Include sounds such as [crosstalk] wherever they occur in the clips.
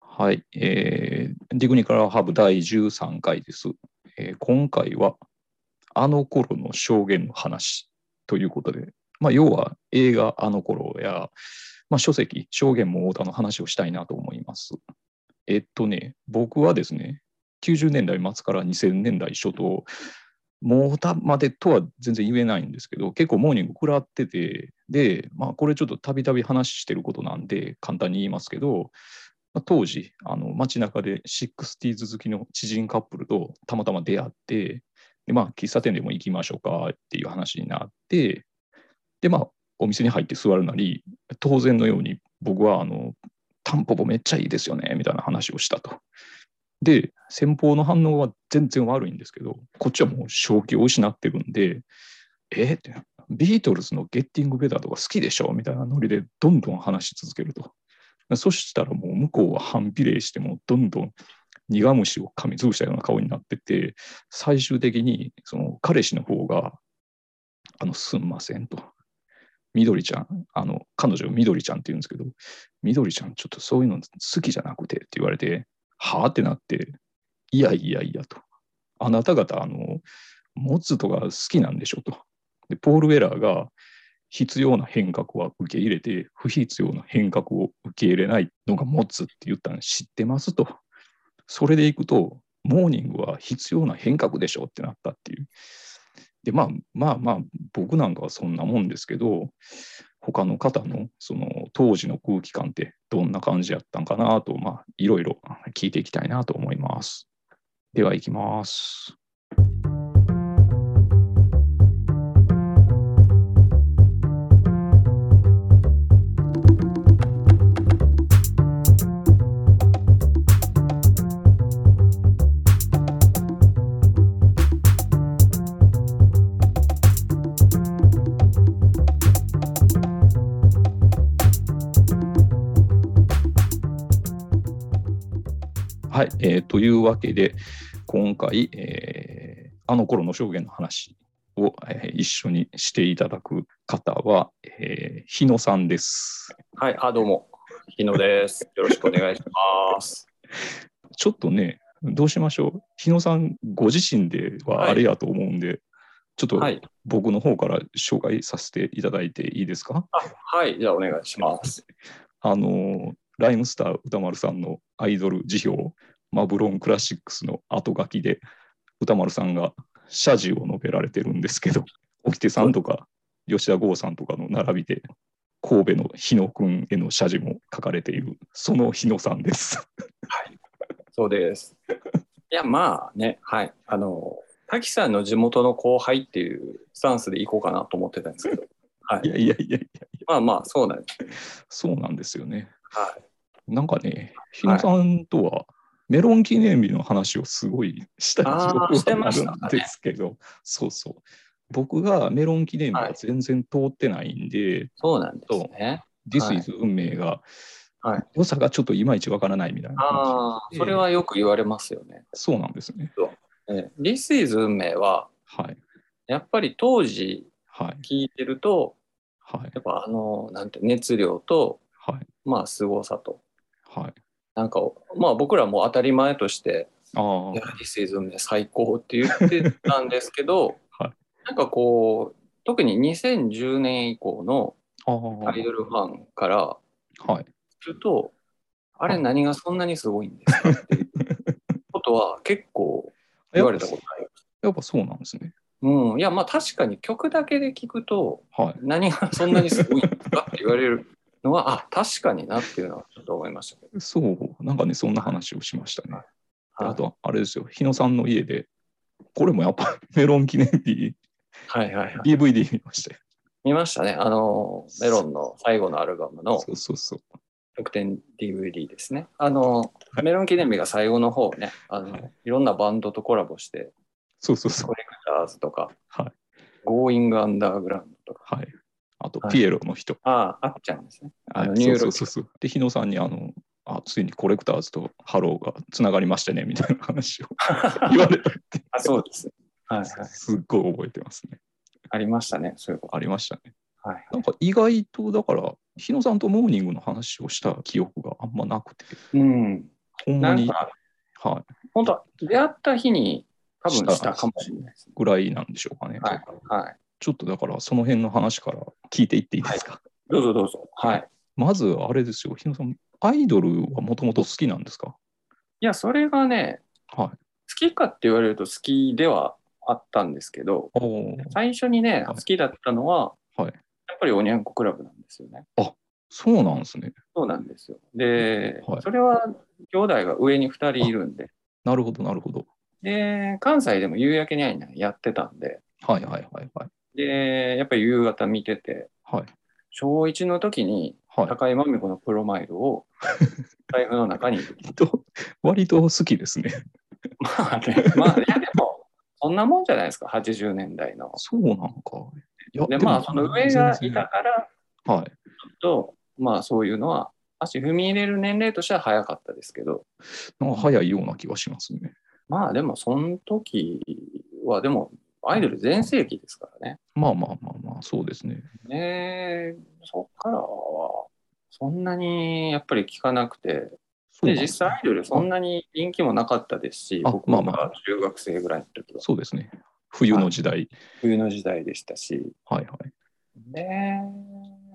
はい、えー、ディグニカラーハブ第13回です、えー今回は、あの頃の証言の話ということで、まあ、要は映画あの頃や、まあ、書籍、証言も太田の話をしたいなと思います。えっとね、僕はですね、90年代末から2000年代初頭、もうたまでとは全然言えないんですけど、結構モーニング食らってて、で、まあ、これちょっとたびたび話してることなんで、簡単に言いますけど、まあ当時、あの街中で 60s 好きの知人カップルとたまたま出会って、で、まあ、喫茶店でも行きましょうかっていう話になって、で、まあ、お店に入って座るなり、当然のように僕は、あの、タンポポめっちゃいいですよね、みたいな話をしたと。で、先方の反応は全然悪いんですけど、こっちはもう正気を失ってるんで、えーって、ビートルズのゲッティングベターとか好きでしょみたいなノリでどんどん話し続けると。そしたらもう向こうは反比例してもうどんどん苦虫を噛みつぶしたような顔になってて、最終的にその彼氏の方が、あの、すんませんと。みどりちゃん、あの、彼女をみどりちゃんって言うんですけど、みどりちゃん、ちょっとそういうの好きじゃなくてって言われて、はあってなって、いやいやいやと。あなた方、あの、モッツとか好きなんでしょと。で、ポール・ウェラーが必要な変革は受け入れて、不必要な変革を受け入れないのがモッツって言ったの知ってますと。それでいくと、モーニングは必要な変革でしょってなったっていう。で、まあまあまあ、僕なんかはそんなもんですけど、他の方のその当時の空気感ってどんな感じやったんかなと、まあ、いろいろ聞いていきたいなと思います。では、いきます。はい、えーというわけで、今回、えーあの頃の証言の話を、えー一緒にしていただく方は、えー日野さんです。はい、あ、どうも。日野です。よろしくお願いします。ちょっとね、どうしましょう。日野さんご自身ではあれやと思うんで、ちょっとはい、僕の方から紹介させていただいていいですか。はい、じゃあお願いします。あのライムスター歌丸さんのアイドル辞表マブロンクラシックスの後書きで歌丸さんが謝辞を述べられてるんですけど [laughs] 沖手さんとか吉田剛さんとかの並びで神戸の日野くんへの謝辞も書かれているその日野さんです。 [laughs] そうです。いや、まあね、はい、あの、滝さんの地元の後輩っていうスタンスで行こうかなと思ってたんですけど、はいい、やいやいやいやまあまあ、そうなんです。そうなんですよね。はなんかね日野さんとはメロン記念日の話をすごいした記憶があーしてまあしるたねんですけど、そうそう僕がメロン記念日は全然通ってないんで、そうなんですね。 This is 運命が、はい良さがちょっといまいちわからないみたいな話ああ、それはよく言われますよね。そうなんですね。え This is 運命は、はい。やっぱり当時はい。聞いてると、はい。やっぱあの、なんて、熱量と、はい。まあ、凄さと、はい。なんか、まあ僕らも当たり前として、あいやあ。、リスイズムで最高って言ってたんですけど、 [laughs] はいなんかこう、特に2010年以降のああ。アイドルファンからはい。すると、あれ何がそんなにすごいんですかっていう [laughs] ことは結構言われたことない。やっぱそうなんですね。うん、いやまあ確かに曲だけで聞くとはい。何がそんなにすごいんですかって言われるのはあ確かになっていうのはちょっと思いましたけそう。なんかね、そんな話をしましたね。ど、あとは、あれですよ。日野さんの家で、これもやっぱ [laughs] メロン記念日、はいはいはい、 DVD 見ましたよ。見ましたねあのメロンの最後のアルバムのそうそうそう。特典 DVD ですね。あの、メロン記念日が最後の方ね、あの、、はいろんなバンドとコラボして、そうそうそうコ。レクターズとか、はい。ゴーイングアンダーグラウンドとか、はい。あと、はいピエロの人。ああ、あっちゃんですね。はいあのそニうューロそうそうそう。で、日野さんにあの、あついにコレクターズとハローがつながりましたねみたいな [laughs] 話を言われたって、あ、そうです。はい、はい。すっごい覚えてますね。ありましたね、そういうこと。ありましたね。はい。なんか意外と、だから、日野さんとモーニングの話をした記憶があんまなくて、うん。ほんまなんに、か、は本当は出会った日に多分したかもしれないですい、。ぐらいなんでしょうかね。はい。はい。ちょっとだから、その辺の話から聞いていっていいですか。どうぞどうぞ。はい。まず、あれですよ、日野さん、アイドルはもともと好きなんですかいや、それがね、はい。好きかって言われると好きではあったんですけど、おお、最初にね、はい好きだったのは、はいやっぱりおにゃんこクラブなんですよね。そうなんですね。そうなんですよ。で、はいそれは兄弟が上に2人いるんで、なるほど、なるほど。で、関西でも夕焼けにゃいにゃいやってたんで、はいはいはいはい。で、やっぱり夕方見てて、はい。小1の時にはい高井真美子のプロマイ [laughs] ドを財布の中に入れて、割と、割と好きですね。まあね、まあ、いやでも、そんなもんじゃないですか、80年代の。そうなのか。いやで、もまあ、その上がい全た然から、はい。と、まあ、そういうのは、足踏み入れる年齢としては早かったですけど、なんか早いような気がしますね。まあ、でも、その時は、でも、アイドル全盛期ですからね。まあまあまあまあ、そうですね。ねえそっからは、そんなにやっぱり聞かなくて、そうなで、んで実すね際アイドルそんなに人気もなかったですし、あ僕まがあまあ中学生ぐらいの時は、そうですね。冬の時代。冬の時代でしたし、はいはい。ね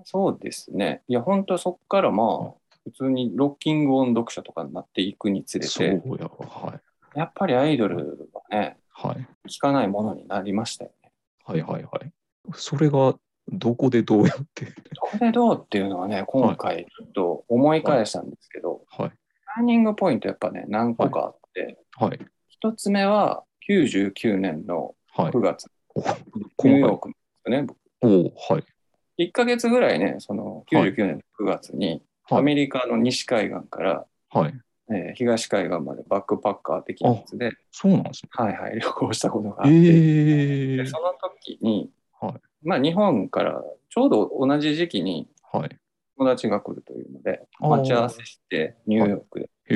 えそうですね。いや、本当そこからまあ、普通にロッキングオン読者とかになっていくにつれそうて、やわ。はい。やっぱりアイドルはね、はい。聞かないものになりましたよね。はいはいはい。それが、どこでどうやって。これどうっていうのはね、今回ちょっと思い返したんですけど、はい。ターニングポイントやっぱね、何個かあって、はい。一つ目は99年のはい9。月、おニュー細ヨークですね、僕おおはい。 1ヶ月ぐらいね、その99年の9月に、はいアメリカの西海岸から、はい。えー東海岸までバックパッカー的なやつで、そうなんですね。はいはい、旅行したことがあって、ええでその時に、はいまあ、日本からちょうど同じ時期にはい。友達が来るというので、あー待ち合わせして、ニューヨークで,、え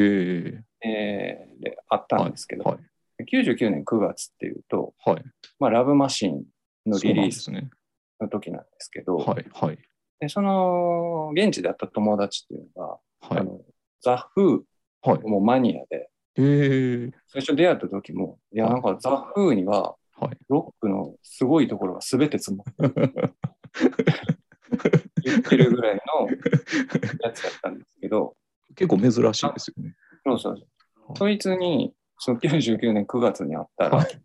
ええーで会ったんですけど、はい。 99年9月っていうと、はい。まあ、ラブマシンのそうリなんでリースすね。の時なんですけど、はい。はい。でその現地で会った友達っていうのが、はあい。のザ・フはいー。もうマニアで、ええ最初出会った時も、いや、はいなんかザ・フーにははい。ロックのすごいところが全て詰まって [laughs] る言ってるぐらいのやつだったんですけど、結構珍しいですよね。そうそうそうそいつに、その99年9月に会ったら、はい。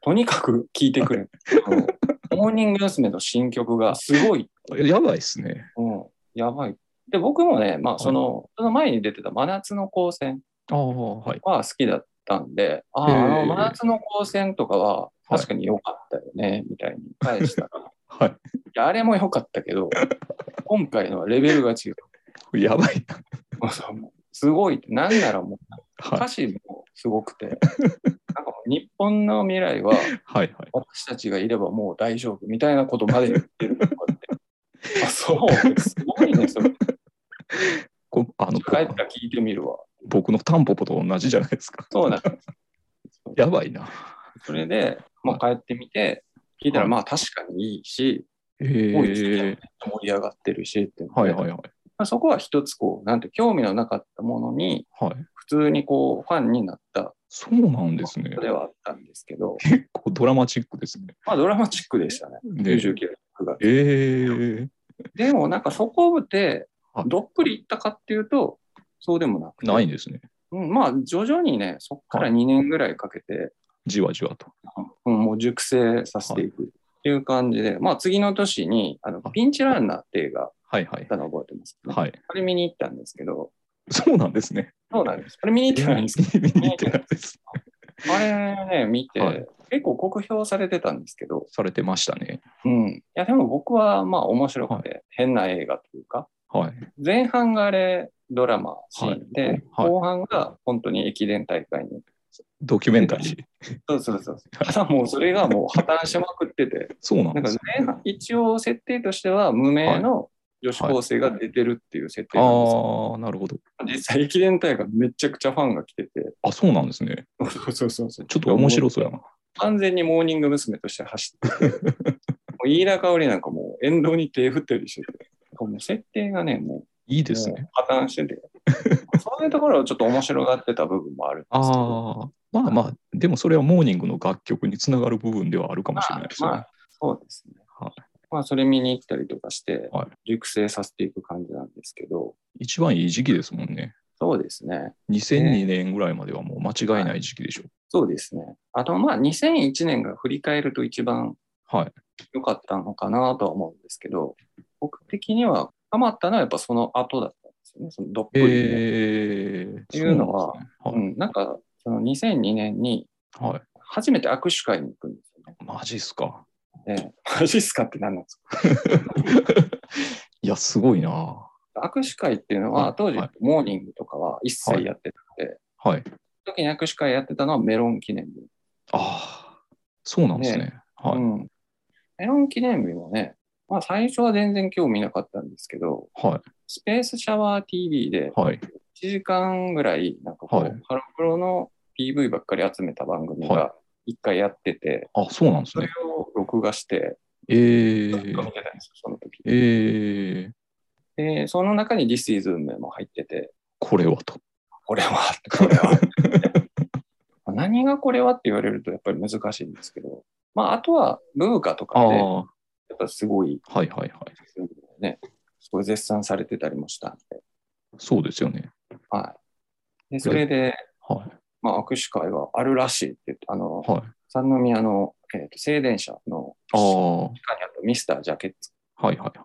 とにかく聴いて [laughs] くれ。あのモーニング娘。の新曲がすごい、やばいですね。うん、やばい。で、僕もね、まあ、その、その前に出てた真夏の光線ああ、はい。は好きだったんで、あへあ、ーあの真夏の光線とかは確かに良かったよね、みたいに返したら、 [laughs] いはやあれも良かったけど、今回のはレベルが違う。 [laughs] い。 [laughs] やばいな。もうそうもうすごいって、なんならもうは歌い。詞もすごくて、なんかもう日本の未来ははい。はい。私たちがいればもう大丈夫みたいなことまで言ってるとかって。あ、そう、すごいね、それ。こうあの帰ったら聞いてみるわ。僕のタンポポと同じじゃないです [laughs] か。そうなんですやばいな。それで、まあ、帰ってみて、聞いたら、まあ確かにいいし、えもう一時めっえちゃ盛り上がってるしっていうのではいはいはい。まあ、そこは一つこうなんて興味のなかったものにはい。普通にこうファンになったそうなんですねこ。ではあったんですけど、結構ドラマチックですね。まあ、ドラマチックでしたねね99年9月ええでもなんかそこではいどっぷりいったかっていうとそうでもなくてないですね。うん、まあ徐々にねそこからは2年ぐらいかけて、じわじわと。うんもう熟成させていくっていう感じで、まあ次の年にあのはいピンチランナーっていう映画あっはいはい。たの覚えてます、ねはい。あれ見に行ったんですけどそうなんですね。そうなんですあれ見に行ってないんですけど見に行ってないです。あれね、見て、はい結構酷評されてたんですけど、されてましたね。うん。いや、でも僕はまあ面白くて、変な映画というか、はい。前半があれ、ドラマシーンで、はいはい後半が本当に駅伝大会に。ドキュメンタリー。そうそうそう。ただもうそれがもう破綻しまくってて、そうなんなでんかすね。前半、一応設定としては無名の女子高生が出てるっていう設定なんですけど、ああ、なるほど。実際駅伝大会めちゃくちゃファンが来てて、あ、そうなんですね。そうそうそうそう。ちょっと面白そうやな。完全にモーニング娘。として走っててもう飯田香織なんかもう沿道に手振ったりしてて、もう設定がね、もいいうですね。もう破綻してて、そういうところをちょっと面白がってた部分もあるんですけど。ああ、まあまあ、でもそれはモーニングの楽曲につながる部分ではあるかもしれないですね。まあ、そうですね。はいまあ、それ見に行ったりとかしては、熟成させていく感じなんですけど、一番いい時期ですもんね。そうですね。 2002年ぐらいまではもう間違いない時期でしょう。そうですね。あと、まあ、2001年が振り返ると一番はい。良かったのかなとは思うんですけど、僕的にはハマったのはやっぱその後だったんですよね。そのどっぷり、えー、ていうのはそうなんでうすね、ん、なんか、その2002年にはい。はい。初めて握手会に行くんですよね。マジっすか。 [laughs] ええ、マジっすかって何なんですかいや、すごいな。握手会っていうのははい当時はいモーニングとかは一切やってなくて、はい。その時に握手会やってたのはメロン記念日、ああ、そうなんですね。はい、うんメロン記念日もね、まあ、最初は全然興味なかったんですけどはスペースシャワー TV でい。はい。 1時間ぐらいなんかこう、はいハロプロの PV ばっかり集めた番組が1回やってて、あ、そうなんですそれね。を録画してえずっと見てたんーで、すよその時、えー、でその中に This is 運命も入っててこれはと。こ [laughs] れは、これは。 [laughs] 何がこれはって言われるとやっぱり難しいんですけど、まあ、あとは文化とあかあで、やー、っぱすごい、はいはいはい。ね、すごい絶賛されてたりもしたんで、そうですよね。はい。で、それで、はまあ、握手会があるらしいって言って、あのい。、はい。三宮の、えー、と静電車のああ、地は下にあったミスタージャケット、いはいはい。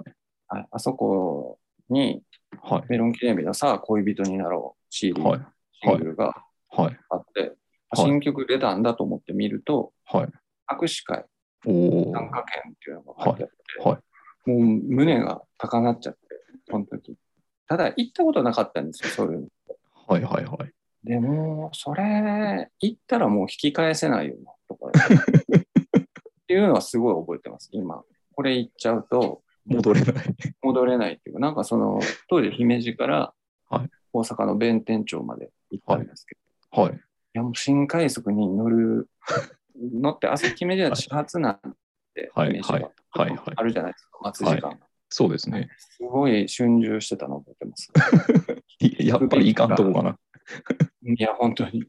はい、あそこにはメロン記念日のさあ恋人になろう CD、い。はい。シングルがはい。あって、あはい新曲出たんだと思って見ると、はい。握手会おお。参加券っていうのが書いてあって、はいはもう胸が高鳴っちゃって、その時。ただ、行ったことなかったんですよ、そういうの。はいはいはい。でも、それ、行ったらもう引き返せないよな、ところ。っていうのはすごい覚えてます、今。これ行っちゃうと戻れない。戻れないっていうか、なんかその、当時姫路からはい大阪の弁天町まで行ったんですけど、はい。い、やもう新快速に乗る、乗って朝姫路は始発なんで、はい姫路はいはいはいあるじゃないですか、待つ時間が。そうですね。すごい春秋してたの覚えてます。いやっぱりいかんとこかな。いや、本当に。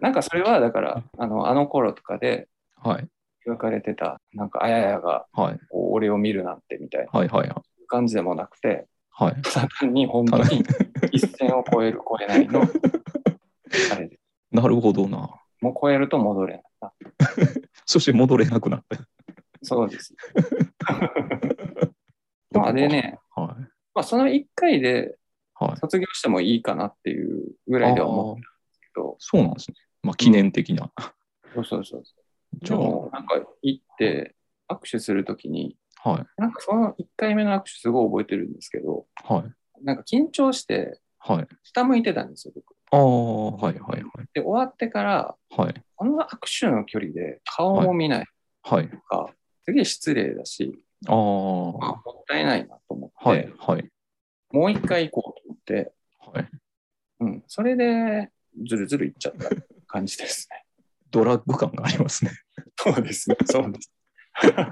なんかそれはだから、あのあの頃とかではい。描かれてた、なんかあややがはい。こう俺を見るなんてみたいなはいはい感じでもなくて、はい。ただ単に本当 [laughs] に一線を越える、越えないの、あれでなるほどな。もう越えると戻れないな。そして戻れなくなった。そうです。まあでね、はまあ、その1回でい。はい。卒業してもいいかなっていうぐらいでは思うんですけど、そうなんですね。まあ記念的な。そうそうそう。じでゃもなんか行って握手するときに、あ、はい。なんかその1回目の握手すごい覚えてるんですけど、はい。なんか緊張してはい。下向いてたんですよ、僕。ああ、はいはいはい。で、終わってから、はい。こんな握手の距離で顔も見ないはい。とか、すげえ失礼だし、ああ。まあ、もったいないなと思って、はい。はい。もう一回行こうと思って、はい。うん、それでずるずる行っちゃった感じです [laughs] ね。ドラッグ感がありますね。そうですね、そうです。 [laughs]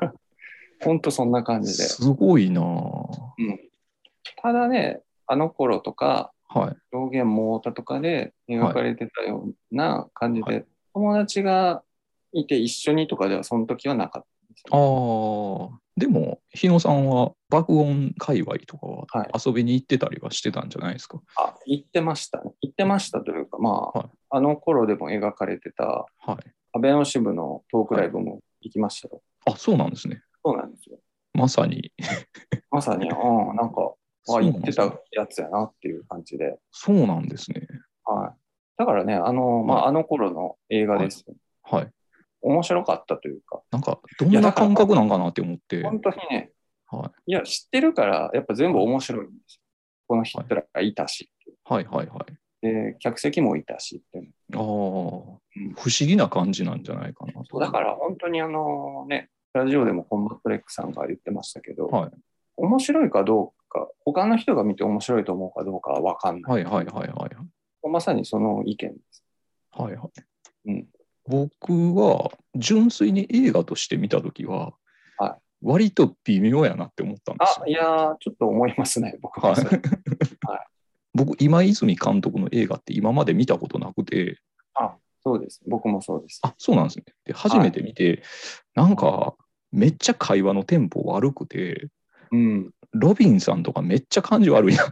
ほんとそんな感じで。すごいなあただね、あの頃とか、はい。表現も太田とかで描かれてたような感じで、は友達がいて一緒にとかではその時はなかったんですあよ。あ。でも、日野さんは爆音界隈とかははい遊びに行ってたりはしてたんじゃないですか。あ言ってましたね。言ってましたというか、まあ、はいあの頃でも描かれてたはい。安倍の支部のトークライブも行きましたよ。あ、そうなんですね。そうなんですよ。まさに。まさに、うん、なんか、そうあ、なん言ですねってたやつやなっていう感じで。そうなんですね。はい。だからね、あの、まはあ、あの頃の映画ですよ、はい。面白かったというか、なんか、どんいやなだから感覚なんかなって思って。本当にね、はいや、知ってるから、やっぱ全部面白いんですよ。この人らがいたし、はいはいはい。で、客席もいたしっていうのああ、不思議な感じなんじゃないかなと。だから本当にあのね、ラジオでもコンバットレックさんが言ってましたけど、はい面白いかどうか、他の人が見て面白いと思うかどうかは分かんない。はいはいはいはい。まさにその意見です。はいはい。うん僕は純粋に映画として見たときは、は割と微妙やなって思ったんですよ。あ、いやー、ちょっと思いますね、僕は。はい僕、今泉監督の映画って今まで見たことなくて、そうです。僕もそうです。あそうなんですね。で、初めて見て、なんか、めっちゃ会話のテンポ悪くて、うん。ロビンさんとかめっちゃ感じ悪いな。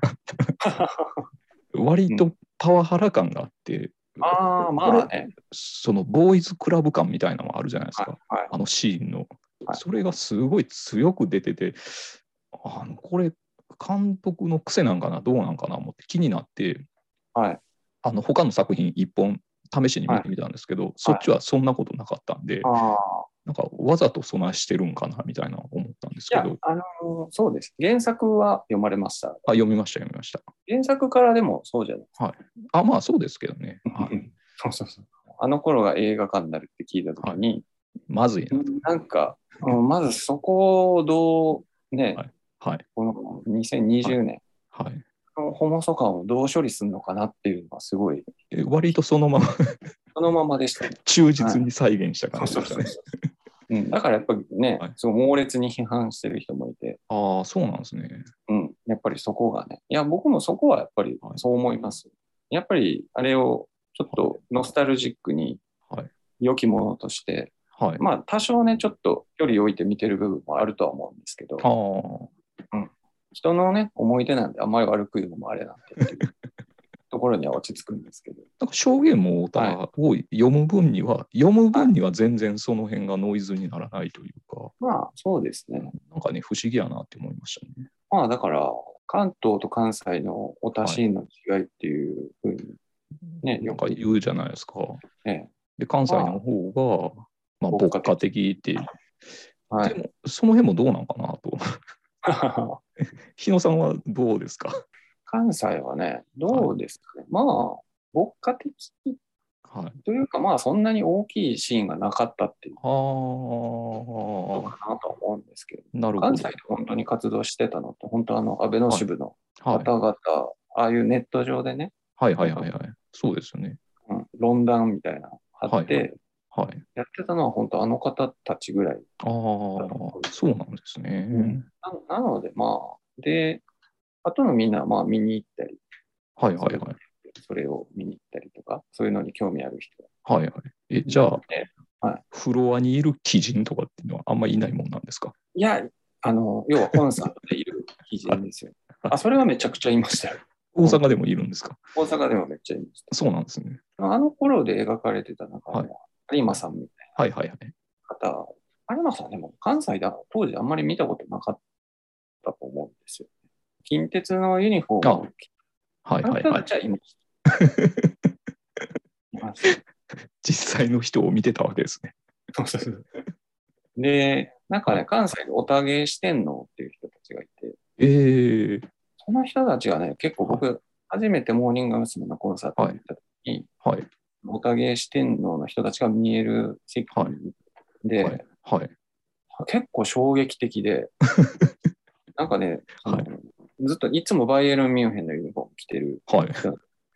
[laughs] 割とパワハラ感があって、ああ、まあね。そのボーイズクラブ感みたいなのもあるじゃないですか。はいはい。あのシーンの、はいそれがすごい強く出ててあのこれ監督の癖なんかなどうなんかな思って気になってはい。あの他の作品一本試しに見てみたんですけど、そっちはそんなことなかったんで、ああ。なんかわざと備えしてるんかなみたいな思ったんですいけやど、あのそうです。原作は読まれました。あ読みました読みました原作からでもそうじゃない。あまあそうですけどね、はいそうそうそう。あの頃が映画化になるって聞いたときに、まずいななんか、うんまずそこをどう、ね、はいはいこの2020年はいのホモソ感をどう処理するのかなっていうのはすごい、え割とそのままそのままでしたね。忠実に再現した感じでしたね、うん、だからやっぱりねはい、すごい猛烈に批判してる人もいて、ああそうなんですねうん、やっぱりそこがね、いや、僕もそこはやっぱりそう思います。やっぱりあれをちょっとノスタルジックにはい良きものとして、はいまあ多少ね、ちょっと距離を置いて見てる部分もあるとは思うんですけど、ああ人のね、思い出なんであんまり悪く言うのもあれなんでっていうところには落ち着くんですけど、なんか証言も太田を読む分には、読む分には全然その辺がノイズにならないというか、まあそうですね。なんかね、不思議やなって思いましたね。まあだから、関東と関西のおたしの違いっていうふうに、ね、なよんかく、言うじゃないですか。ね、で、関西の方が、まあ、牧牧歌歌的的って、[laughs] はでい。も、その辺もどうなんかなと。 [laughs] 日野さんはどうですか関西はね、どうですかね。まあ、牧歌的はい。あというか、まあそんなに大きいシーンがなかったっていうあこー、とかなとは思うんですけど、なるほ関西どで。本当に活動してたのって、本当あの、安倍の支部のはい方々、ああいうネット上でね、はいはいはいはい。そうですよね。うん、論壇みたいなの貼って、はいはい。やってたのは本当あの方たちぐらいああ、そうなんですね。うんななので、まあ、で、あとのみんなはまあ見に行ったり、はいはいはい。それを見に行ったりとか、そういうのに興味ある人はいはい。え、じゃあ、ねはいフロアにいる鬼人とかっていうのはあんまりいないもんなんですかいや、あの、要はコンサートでいる基人ですよ。あ、 [laughs] それはめちゃくちゃいましたよ。大阪でもいるんですか大阪でもめっちゃいましそうなんですね。た。あの頃で描かれてた中の、はい有馬さんみたはいはいはい。いな方、有馬さんでも関西だ当時あんまり見たことなかったと思うんですよ。近鉄のユニフォームを着はいたはい人はたい。ちはいま [laughs] した。いました実際の人を見てたわけですね。で、なんかね、関西でおたげ四天王っていう人たちがいて、ええその人たちがね、結構僕、初めてモーニング娘。のコンサートに行った時に、はいおたげ四天王の人たちが見える席はいで、はいはい。結構衝撃的 [laughs] で、なんかね、あのはいずっといつもバイエルン・ミュンヘンのユニフォーム着てるはいけ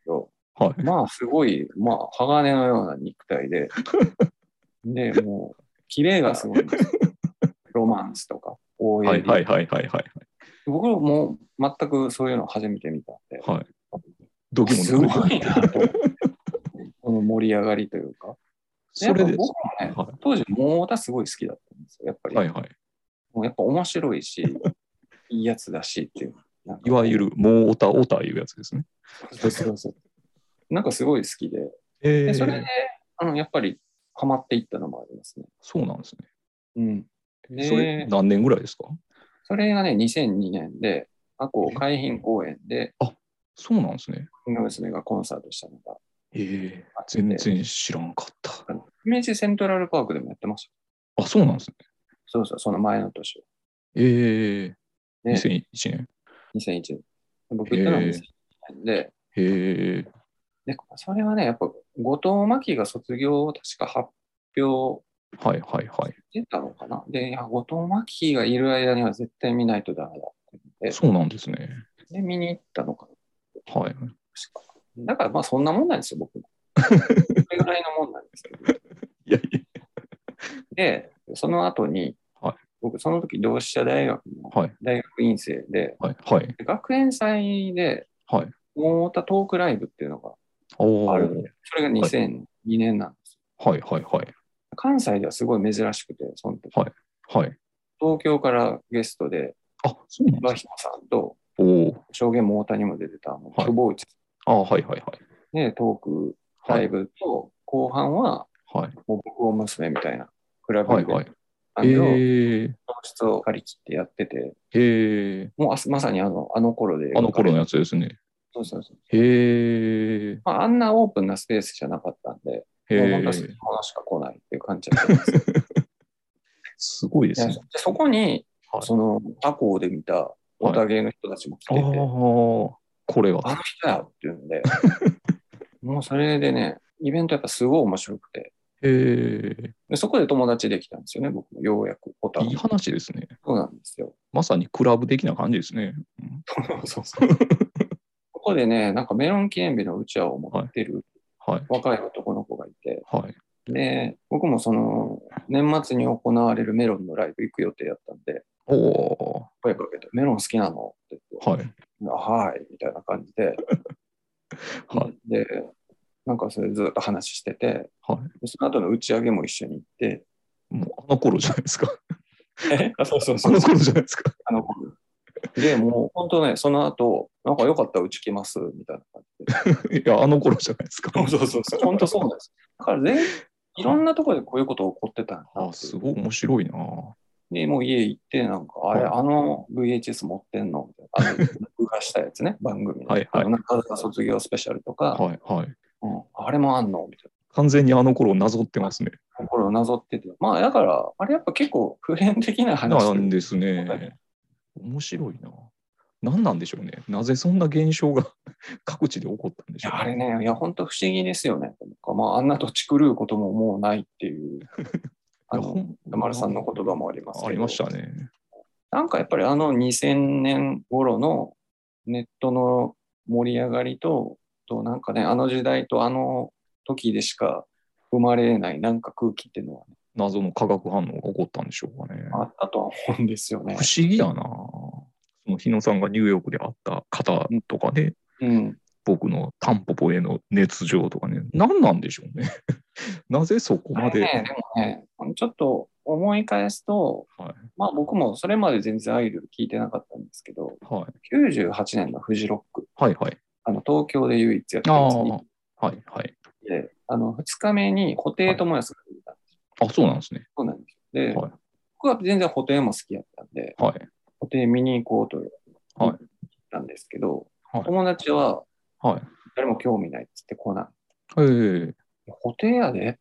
ど、はい。まあすごい、まあ鋼のような肉体 [laughs] で、で、もう、キレがすごいんですよ。ロマンスとか、応はい援はいはいはいはい。僕も全くそういうの初めて見たんで、はい。ドキすもなごく。いなと思って、この盛り上がりというか、それやっでぱ。僕もね、は当時、モータすごい好きだったんですよ、やっぱいり。はいはい。もうやっぱ面白いし、いいやつだしっていう。なんかいわゆ。る、もうおたおたいうやつですね。そうそうそうなんかすごい好きで、えでえそれであのやっぱりハマっていったのもありますね。そうなんですね。うん、でそれ、何年ぐらいですかそれがね、2002年で、過去海浜公園で、そうなんですね。ウミガメ娘がコンサートしたのがええあって全然知らんかった。明治セントラルパークでもやってました。あ、そうなんですね。そうそう、その前の年。ええね2001年。 2001年。僕行ったのはへえ2001年で、ええで、それはね、やっぱ後藤真希が卒業を確か発表はいはいはい。してたのかな。で、いや、後藤真希がいる間には絶対見ないとダメだってそうなんですね。言って、で、見に行ったのかな。はい。確かだからまあそんなもんなんですよ、[laughs] 僕も。それぐらいのもんなんですけど。いやいや。で、その後に、はい僕、その時同志社大学のはい大学院生で、はいはいで学園祭ではい。ウモータトークライブっていうのがおあお、るんで、それが2002年なんです。はいはいはい。関西ではすごい珍しくて、その時はい。東京からゲストで、あ、そうなん和ですか。彦さんと、おお。証言も大谷も出てた、もうはい久保内あはいはいはい。でトークはライい。ブと、後半ははい。もう僕を娘みたいなクラブはいイベはンい。えトなんでー、教室を借り切ってやってて、えもうあすまさにあのあの頃で。ー、あの頃のややつですね。そうそうそう。へえ。まあ、あんなオープンなスペースじゃなかったんで、へもう本え当。好きなものしか来ないっていう感じだったんですけ [laughs] どすごいですいねや。そこに、はいその他校で見たオタ芸の人たちも来あてあて、ー、これは。あの人やっていうので、 [laughs] もうそれでね、イベントやっぱすごい面白くて、へえ。でそこで友達できたんですよね、僕もようやくオタいい話ですね。そうなんですよ。まさにクラブ的な感じですね。うん [laughs] そうそう。 [laughs] ここでね、なんかメロン記念日のうちわを持ってるはい。若い男の子がいて、はい。で、僕もその年末に行われるメロンのライブ行く予定だったんで、おお声かけて、メロン好きなのって言ってー。はい。あはい、みたいな感じで、 [laughs] はい。で、なんかそれずっと話してて、はいでその後の打ち上げも一緒に行って、もうあの頃じゃないですか。あそうそ [laughs] うあそうの頃じゃないですか。 [laughs] あの頃で、もう本当ね、その後、なんかよかったらうち来ます、みたいな感じで。いや、あの頃じゃないですか。 [laughs] そうそうそう。本当そうなんです。だからね、いろんなところでこういうこと起こってたんだあ、なっていすうごい面白いな。で、もう家行って、なんか、あれ、はいあの VHS 持ってんのみたいな。あの、 [laughs] 録画したやつね、番組の。はいはいあの中塚卒業スペシャルとか、はいはい。うんあれもあんのみたい完全にあの頃をなぞってますね。な。これをなぞってて。まあ、だから、あれやっぱ結構普遍的な話なんで。ですね。面白いな。何なんでしょうね。なぜそんな現象が [laughs] 各地で起こったんでいしょやうあれね。ね、いや、本当不思議ですよね。なんかまあ、あんな土地狂うことももうないっ [laughs] ていう。あいやほのん山田さんの言葉もありますけどありましたね。なんかやっぱりあの2000年頃のネットの盛り上がりと、となんかね、あの時代とあの時でしか生まれないなんか空気っていうのはね、謎の化学反応が起こったんでしょうかね。あったとは思うんですよ不ね。思議だな。その日野さんがニューヨークで会った方とかね、うん。僕のタンポポへの熱情とかね、何なんでしょうね。 [laughs] なぜそこあまで。れね、でもね、ちょっと思い返すと、はいまあ僕もそれまで全然アイドル聞いてなかったんですけど、はい98年のフジロック、はいはい。あの東京で唯一やってああますー、はいはい。で、あの2日目に布袋寅泰が出てたんですよ。あ、そうなんですね。そうなんですよ。で、はい僕は全然布袋も好きやったんで、はい。固定見に行こうとはい言ったんですけど、はい友達ははい。誰も興味ないっつって来ない。ええ固定やでって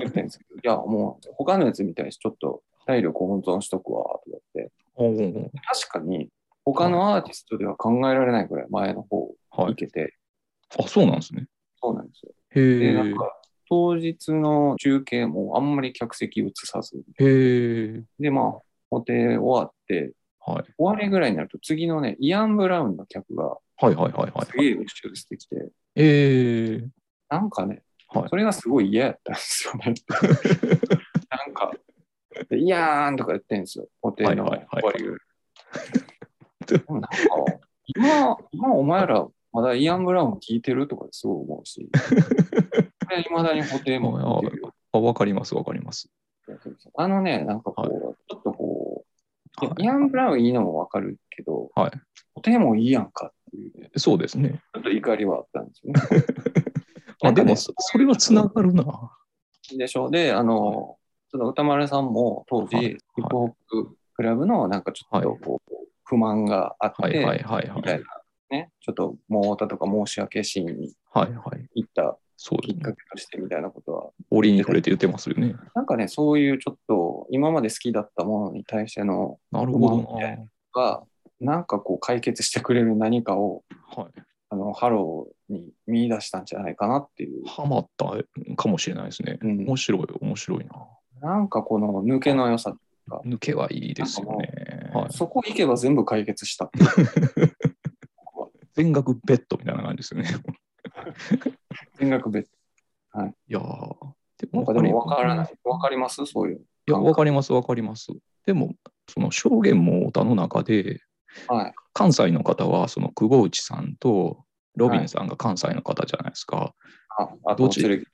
言ってんですけど、いや、もう他のやつみたいにちょっと体力温存しとくわ、とか言って。おー確かに他のアーティストでは考えられないぐらい前の方は行い。けて、あ、そうなんですね。そうなんですよ。へで、えなんか当日の中継もあんまり客席映さず、へえで、まあ、固定終わって、はい。終わりぐらいになると次のね、イアン・ブラウンの客がはいはいはいはすい。げえ後ろしてきて、ええなんかね、はいそれがすごい嫌やったんですよ [laughs] ね。なんか、でいやーんとか言ってんですよ、固定のはいはいはい終わりぐら [laughs] い。でもなんか、今、今お前らまだイアン・ブラウン聞いてるとかすごい思 [laughs] うし、いまだに固定も聞いてるよ。あ、わかりますわかります。あのね、なんかこう、はいちょっとこう、いやはいイアン・ブラウンいいのもわかるけど、はい固定もいいやんかっていう、ちそうですね。ょっと怒りはあったんですよね。なあ、んかでねもそ、それはつながるな。でしょ。で、あの、その歌丸さんも当時、はいヒップホップクラブのなんかちょっとこう、不満があって、はいはいはいはみたいい。なね、ちょっとモータとか申し訳シーンにはいはい。行ったそうきでっすかね。けとしてみたいなことは、折に触れて言ってますよね。なんかね、そういうちょっと今まで好きだったものに対してのなるほど不満みたいな。が、なんかこう解決してくれる何かを、はい。あの、ハローに見出したんじゃないかなっていう。ハマったかもしれないですね。うん面白い、面白いな。なんかこの抜けの良さ、抜けはいいですよね。はい、そこ行けば全部解決したって全額ベッドみたいな感じですよね。全額別いやーでなんかでも分からない。分かりますそういう。いや、感覚わかります、わかります。でも、その証言も歌の中で、はい。関西の方はその久保内さんとロビンさんが関西の方じゃないですか。あ、あどと、っち剣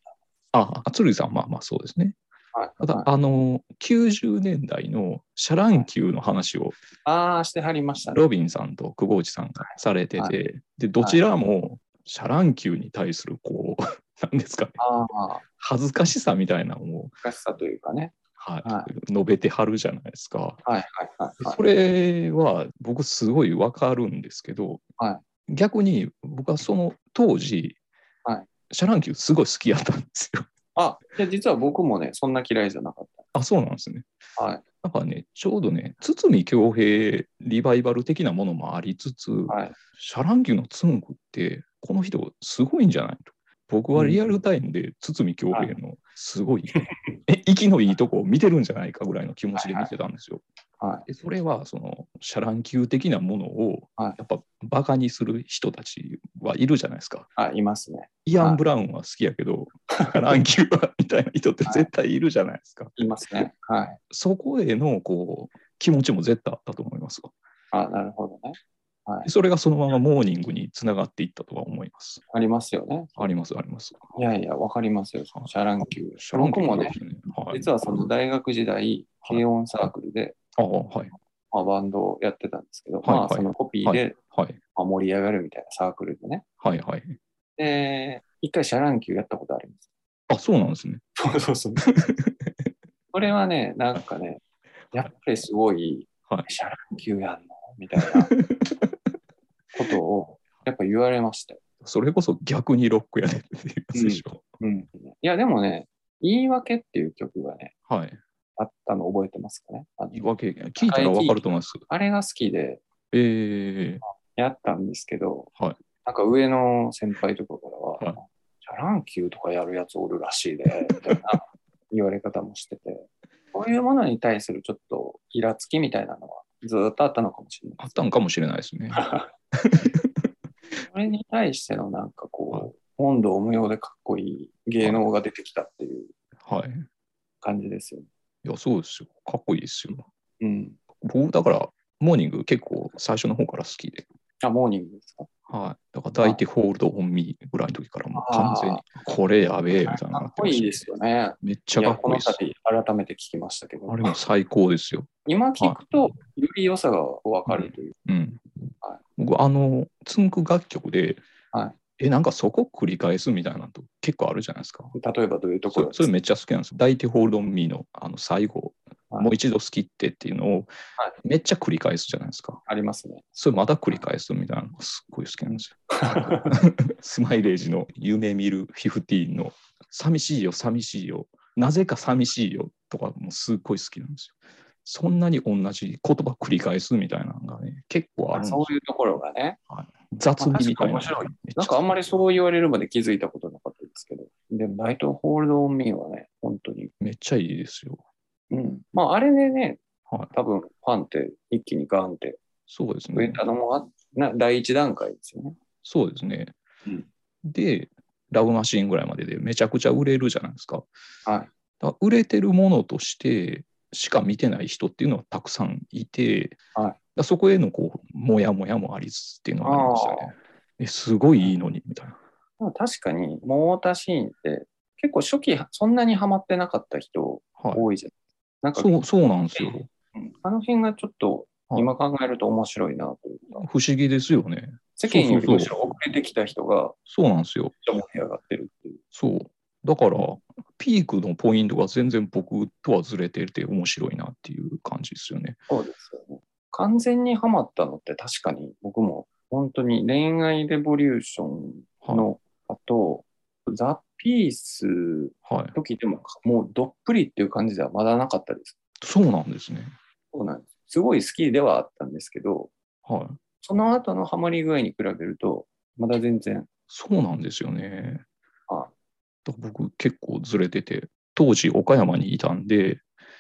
あ、あ鶴木さん、まあまあそうですね。はい。ただ、はいあの、90年代のシャラン級の話をああ、してはりましたね。ロビンさんと久保内さんがされてて、はで、どちらもシャラン級に対する、こう、 [laughs] なんですかね、ああ、恥ずかしさみたいなのを、難しさというかね。はいは述べてはるじゃないですか。はいはいはい、はいそ。れは僕すごいわかるんですけど、は逆に僕はその当時、はいシャラン級すごい好きやったんですよ。 [laughs] あ、じゃあ実は僕もね、そんな嫌いじゃなかっあ、そうなんですね。た。はい。なんかね、ちょうどね、堤恭平リバイバル的なものもありつつ、はい。シャランキューのつんくって、この人すごいんじゃないと。僕はリアルタイムで堤恭平のすごい、 [laughs] え息のいいとこを見てるんじゃないかぐらいの気持ちで見てたんですよ。はでそれはそのシャランキュー的なものをはやいっぱバカにする人たちはいるじゃないですか。あ、いますね。イアはン・いブラウンは好きやけど、シャランキューはみたいな人って絶対いるじゃないですか。いますね。はい。そこへのこう気持ちも絶対あったと思いますわ。あ、なるほどね。それがそのままモーニングにつながっていったとは思います。ありますよね。あります、あります。いやいや、わかりますよ。シャラン級。シャランキ僕もュね、ね。はい、実はその大学時代、軽音サークルで、ああ、はい。まあ、バンドをやってたんですけど、はいまあはいそのコピーで、はい。まあ、盛り上がるみたいなサークルでね。はい、はい。で、一回シャラン級やったことあります。あ、そうなんですね。そうそ [laughs] うそう。それはね、なんかね、やっぱりすごい、はいシャラン級やんのみたいなことを、やっぱ言われましたよ。それこそ逆にロックやねっていうやつでしょ。うん。いや、でもね、言い訳っていう曲がね、はい。あったの覚えてますかね。あの言い訳、聞いたらわかると思います。あれが好きでええやったんですけど、はいなんか上の先輩とかからは、はシャラン級とかやるやつおるらしいで、[laughs] みたいな言われ方もしてて、そういうものに対するちょっとイラつきみたいなのはずっとあったのかもしれない。あったんかもしれないですね。それに対してのなんかはこう、本堂無用でかっこいい芸能が出てきたっていうはい。感じですよね。いや、そうですよ。かっこいいですよ。うん。僕、だから、モーニング結構最初の方から好きで。あ、モーニングですかはい。だから、抱いてホールドオンミーぐらいの時からもう完全に、これやべえみたいなかのになってこまいしいたですよね。めっちいゃかや、っここいいのです。度改めて聞きましたけどあれ、も最高ですよ。今聞くとより良さがわかるという。うんは。僕、あの、つんく楽曲で、はえ、なんかそこ繰り返すみたいなのと結構あるじゃないですか。例えばどういうとこそろれですそかれめっちゃ好きなんですよ。抱いてホールドンミーのあの最後、はいもう一度好きってっていうのをはいめっちゃ繰り返すじゃないですか。ありますね。それまた繰り返すみたいなのがすっごい好きなんです [laughs] よ。スマイレージの夢見るフィフティーンの寂しいよ、寂しいよ、なぜか寂しいよとかもすっごい好きなんですよ。そんなに同じ言葉繰り返すみたいなのがね、結構あるんですそよういうところがね。雑味みたいな。まあ確かに面白なんかあんまりそう言われるまで気づいたことなかったですけど。でも、ライトホールドオンミーはね、本当に。めっちゃいいですよ。うん。まあ、あれでね、はい、多分ファンって一気にガーンってそうです増えね。たのもあな第一段階ですよね。そうですね。うんで、ラブマシーンぐらいまででめちゃくちゃ売れるじゃないですか。はい。だから売れてるものとしてしか見てない人っていうのはたくさんいて、はいだからそこへのこう、もやもやもありつつっていうのがありましたね。え、すごいいいのにみたいな。でも確かに、モーターシーンって結構初期そんなにハマってなかった人はい。多いじゃん。なんかそう、そうなんですよ。うんあの辺がちょっとはい今考えると面白いなというか、不思議ですよね。世間よりそうそむうしそうろ遅れてきた人がそうなんですよ。ちょっと盛り上がってるっていう。そう。だから、ピークのポイントが全然僕とはずれてて面白いなっていう感じですよね。そうですよね。完全にハマったのって確かに僕も本当に恋愛レボリューションの、あと、ザ・ピースはい。時でもかもうどっぷりっていう感じではまだなかったです。そうなんですね。そうなんです。すごい好きではあったんですけど、はい。その後のハマり具合に比べると、まだ全然、そうなんですよね。はだから僕結構ずれてて、当時岡山にいたんで、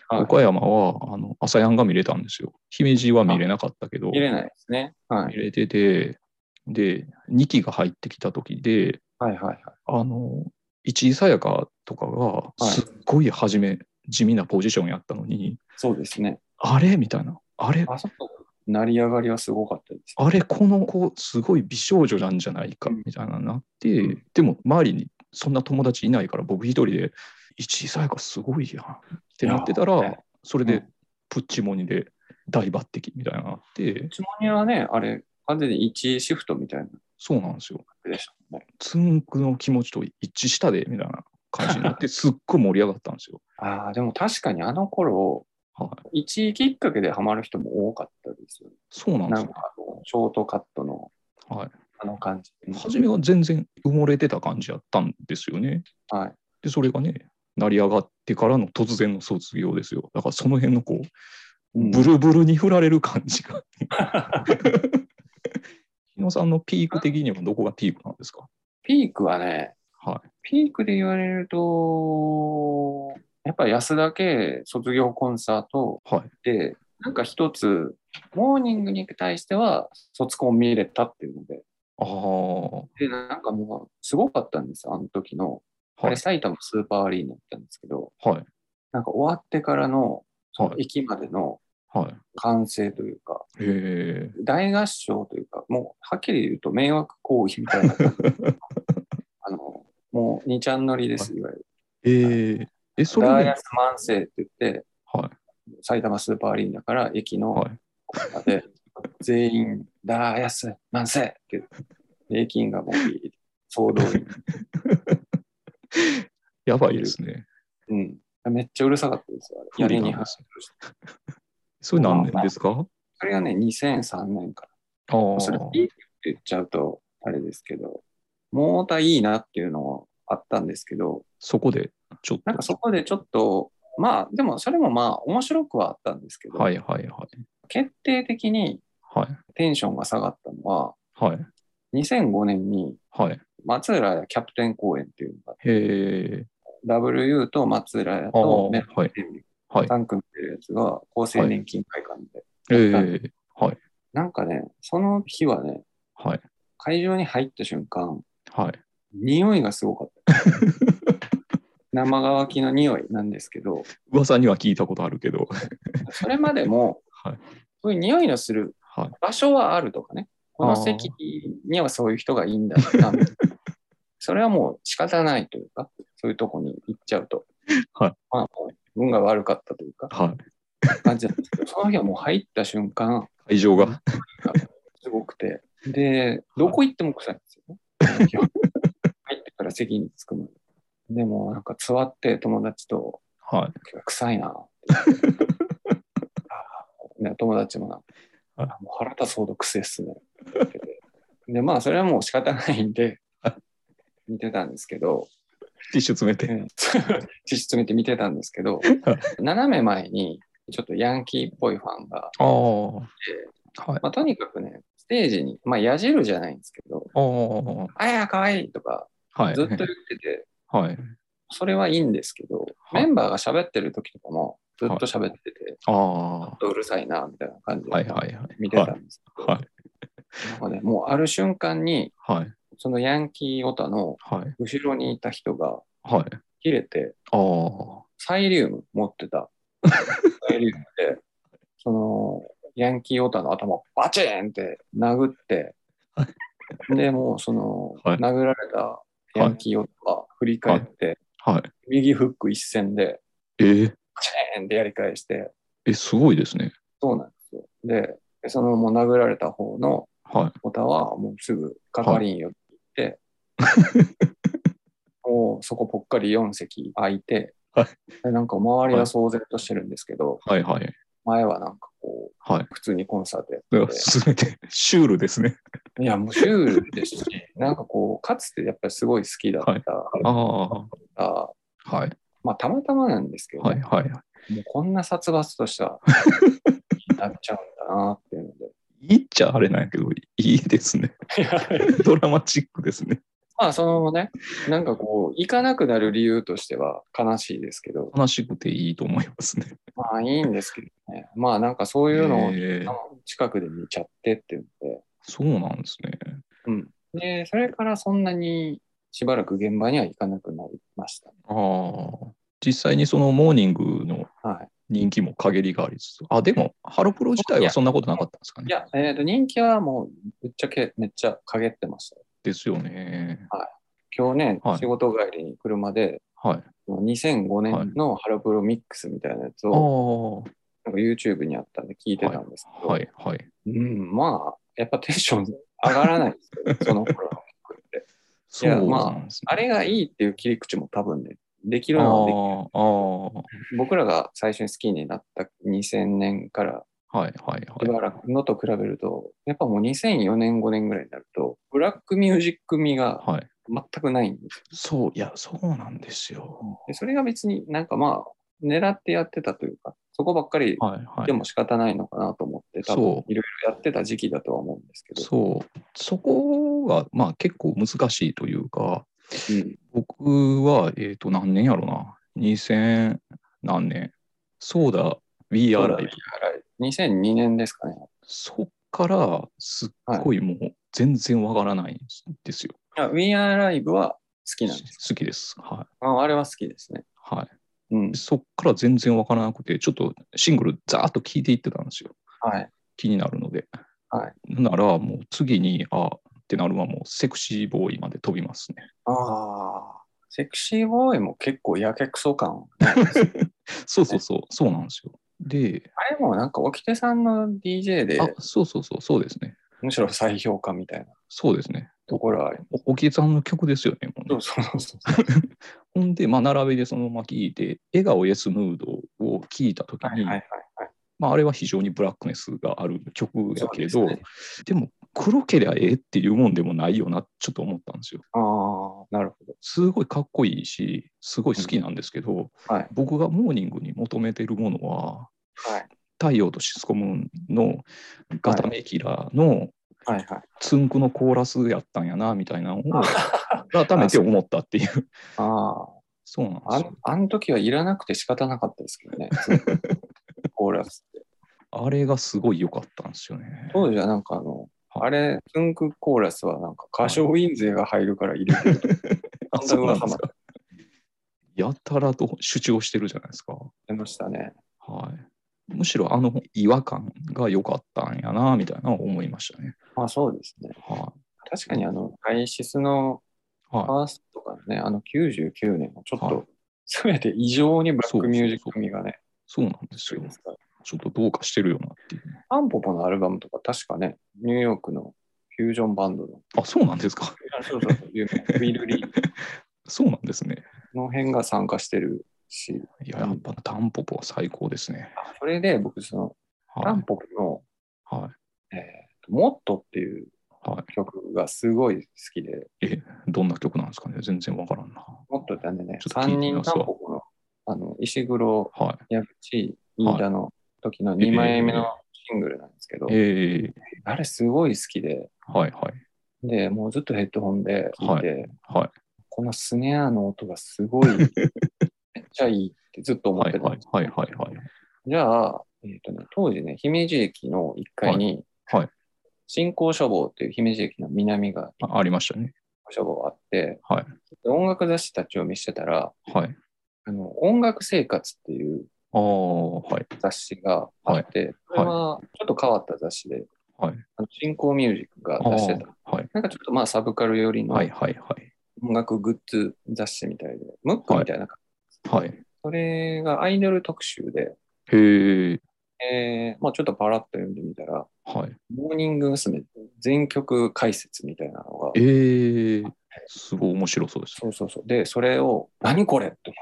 はい岡山はあの朝やんが見れたんですよ。姫路は見れなかったけど、見れないですね。はい見。れてて、で、2期が入ってきた時で、はいはいはい。あの、市井さやかとかがいすっごい初め、地味なポジションやったのに、そうですね。あれみたいな。あれあそこ成り上がりはすごかったです。あれ、この子、すごい美少女なんじゃないか、みたいなのになって、うんでも、周りにそんな友達いないから、僕一人で、一位才がすごいやんってなってたいやら、それうでん、プッチモニで大抜擢みたいなのがあって、うちもにはね、あれ、完全に1シフトみたいな感そうなんですよ。じでしたもんね。つんくの気持ちと一致したで、みたいな感じにな [laughs] って、すっごい盛り上がったんですよ。ああ、でも確かにあの頃、はい。 1きっかけでハマる人も多かったですよね。そうなんでなすんよ。かあの、ショートカットのはあの感じ。い。初めは全然埋もれてた感じやったんですよね。はい。で、それがね、成り上がってからの突然の卒業ですよ。だからその辺のこう、うんブルブルに振られる感じ [laughs] が。日野さんのピーク的にはどこがピークなんですかピークはね、はピークで言われると、やっぱ安田家卒業コンサートい。はい。で、なんか一つ、モーニングに対しては卒コン見れたっていうので、ああ。はで、なんかもうすごかったんですよ、あの時の。あれい。埼玉スーパーアリーナだったんですけど、はい。なんか終わってからのそのはい駅までのはい。完成というか、え大合唱というか、もうはっきり言うと迷惑行為みた [laughs] いな。あの、もう2ちゃん乗りです、いわゆる。ええええ、それダイでア、ス万世って言って、は埼玉スーパーアリーナから駅い。のはい。まで、全員、ダイアス万世って言って、で駅員がもうビーッ総 [laughs] 動員。やばいですね。うん。めっちゃうるさかったですよ、あれ。不屋利根なにんです話ね [laughs] それ何年ですかそれがね、2003年から。ああ。それいいって言っちゃうとあれですけど、モーターいいなっていうのもあったんですけど、そこで、ちょっと。なんかそこでちょっと、まあでもそれもまあ面白くはあったんですけど、はいはいはい。決定的にはい。テンションが下がったのは、はい。 2005年にはい。松浦やキャプテン公演っていうのが、へえ。 WU と松浦やああ。とはメいロ。はい。タンクってるやつが厚生年金会館で、ええ。はい。なんかね、その日はね、はい。会場に入った瞬間、はい。匂いがすごか [laughs] った。生乾きの匂いなんですけど、噂には聞いたことあるけど。それまでも、はいそういう匂いのするはい。場所はあるとかね、この席にはそういう人がいいんだな、 [laughs] みたいなそれはもう仕方ないというか、そういうとこに行っちゃうと、はいまあもう運が悪かったというか、は感じなんですけど、その日はもう入った瞬間、い。会場が。すごくて、で、どこ行っても臭いんですよ [laughs] ね。その日は入ってから席に着くまで。でも、なんか座って友達と、はい。[laughs] 臭いなってね、友達もな、はいもう腹立つほど癖っすねって言ってて。で、まあ、それはもう仕方ない [laughs] んではい、見てたんですけど、ティッシュ詰めて。 [laughs] 実質見て見てたんです [laughs] けどはい、斜め前に、ちょっとヤンキーっぽいファンが、ああ。はい。まあ、とにかくね、ステージに、まあ、矢印じゃないんですけど、ああ。あや、かわいいとか、はい。ずっと言ってて、はい。それはいいんですけど、はいメンバーが喋ってる時とかも、ずっと喋ってて、ああ。はちょっとうるさいなみたいな感じいはいではい。見てたんですけど、はい。なんかね、もうある瞬間にはい。そのヤンキーオタのはい。後ろにいた人がはい。切れてああ。サイリウム持っ [laughs] てたサイリウムでそのヤンキーオタの頭をバチーンって殴ってはでもうその、はい殴られたヤンキーオタは振り返って、はい。右フック一閃でええ。バチーンってやり返してえ、すごいですね。そうなんですよでそのもう殴られた方のはオタはもうすぐ係員よって言って、 [laughs] もうそこぽっかり4席空いて、はいでなんか周りが騒然としてるんですけど、い。はいはい。前はなんかこう、はい。普通にコンサートやうわってすべてシュールですね。て、いや、もうシュールですし、 [laughs] なんかこう、かつてやっぱりすごい好きだった、ああ。あはい。まあたまたまなんですけど、はいはいはもうこんな殺伐とした [laughs] なっちゃうんだなっていうので。い。いいっちゃあれなんやけど、いいですね。 [laughs] ドラマチックですね。 [laughs] まあそのね、なんかこう、行かなくなる理由としては悲しいですけど、悲しくていいと思いますね。まあいいんですけどね。まあなんかそういうのをええ近くで見ちゃってっていうので、そうなんですね。うん。で、それからそんなにしばらく現場には行かなくなりましたね。ああ。実際にそのモーニングのはい。人気も陰りがありつつ、あ、でも、ハロプロ自体はそんなことなかったんですかいね。や、えーと人気はもうぶっちゃけめっちゃ陰ってました。ですよね。今日ね、はい仕事帰りに車ではい。 2005年のハロプロミックスみたいなやつあを、あ、はなんか YouTube にあったんで聞いてたんですけど、い、はい。うん、まあ、やっぱテンション上がらないです [laughs] よ、その頃の曲って。そうなんですね。あれがいいっていう切り口も多分ね、できるのはできあーあ僕らが最初に好きになった2000年からー、はい、はい、しはい。ばらくのと比べると、やっぱもう2004年、5年ぐらいになると、ブラックミュージック味がはい、全くないんですそう、いや、そうなんですよ。でそれが別になんかまあ、狙ってやってたというか、そこばっかりはい、はいで。も仕方ないのかなと思って、多分そういろいろやってた時期だとは思うんですけど。そう、そこが、まあ、結構難しいというか、うん僕は、えっ、と、何年やろな、2000何年、そうだ、We Are そうだ Live。 2002年ですかね。そっから、すっごいもう、全然わからないんですよ。いや We Are Live は好きなんです。好きです。はああれは好きですね。い。はうんい、。そっから全然わからなくて、ちょっとシングル、ざーっと聞いていってたんですよ。はい。気になるので。、はいなら、もう次に、あってなるのは、もう、セクシーボーイまで飛びますね。ああ。セクシーボーイも結構やけくそ感。そうそうそう、そうなんですよ。で、あれもなんか、沖手さんの DJ であ、そうそうそう、そうですね。むしろ再評価みたいなそうですね。ところはあります。お沖江さんの曲ですよね。もうねそうそうそう。ほんで、まあ、並びでそのまま聴いて、笑顔エスムードを聴いたとき [laughs] はいに、はいはいまあ、あれは非常にブラックネスがある曲やけれそうど、でですねも、黒けりゃええっていうもんでもないよな、ちょっと思ったんですよ。ああ、なるほど。すごいかっこいいし、すごい好きなんですけど、はい僕がモーニングに求めてるものは、はい太陽とシスコムーンのガタメキラーのはいはい。つんくのコーラスやったんやなみたいなのを改めて思ったっていう。あそうなんであ、あすよのあの時はいらなくて仕方なかったです [laughs] けどね。コーラスって。あれがすごい良かったんですよね。当時はなんかあの、はあれ、ツンクコーラスはなんか歌唱印税が入るから入れ [laughs] てるとあ [laughs] そうなんですか。やたらと主張してるじゃないですか。言ってましたね。はい。むしろあの違和感が良かったんやなみたいなのを思いましたね。まあそうですね。は確かにあの、アイシスのい。フはァーストとかね、あの99年はちょっはとい、すべて異常にブラックミュージック味がね、い。そうなんですよ。ちょっとどうかしてるよなっていう。タンポポのアルバムとか確かね、ニューヨークのフュージョンバンドの、あ、そうなんですか。そうそうそう、有名なビル・リーそうなんですね。の辺が参加してるし、いや、やっぱタンポポは最高ですね。それで僕、その、タはンい。ポポはの、えーモットっていい。うはい、曲がすごい好きで、え、どんな曲なんですかね全然わからんな。モットってあのね、ちょっと聞い3てみ人ますタわンポポの、あの、石黒、は矢口、飯田の時の2枚目のシングルなんですけどい。、えあれすごい好きで、ー、はいはい。で、もうずっとヘッドホンで聞いて、はい。このスネアの音がすご [laughs] い、めっちゃいいってずっと思っはいてたんはでいす。はいはいはい。じゃあ、えーとね、当時ね、姫路駅の1階に、はいはい新興書房っていう姫路駅の南があありましたね。書房あって、はいで音楽雑誌たちを見せてたら、はい。あの音楽生活っていうああ、はい。雑誌があって、これはちょっと変わった雑誌で、はいあの新興ミュージックがあ出してた。あはい。なんかちょっとまあサブカル寄りのはいはいはい。音楽グッズ雑誌みたいで、ムックみたいな感はい。じ、それがアイドル特集で、へえ。えーまあ、ちょっとパラッと読んでみたら、はい。モーニング娘。全曲解説みたいなのが、ええすごい面白そうです。そうそうそう。で、それを、何これと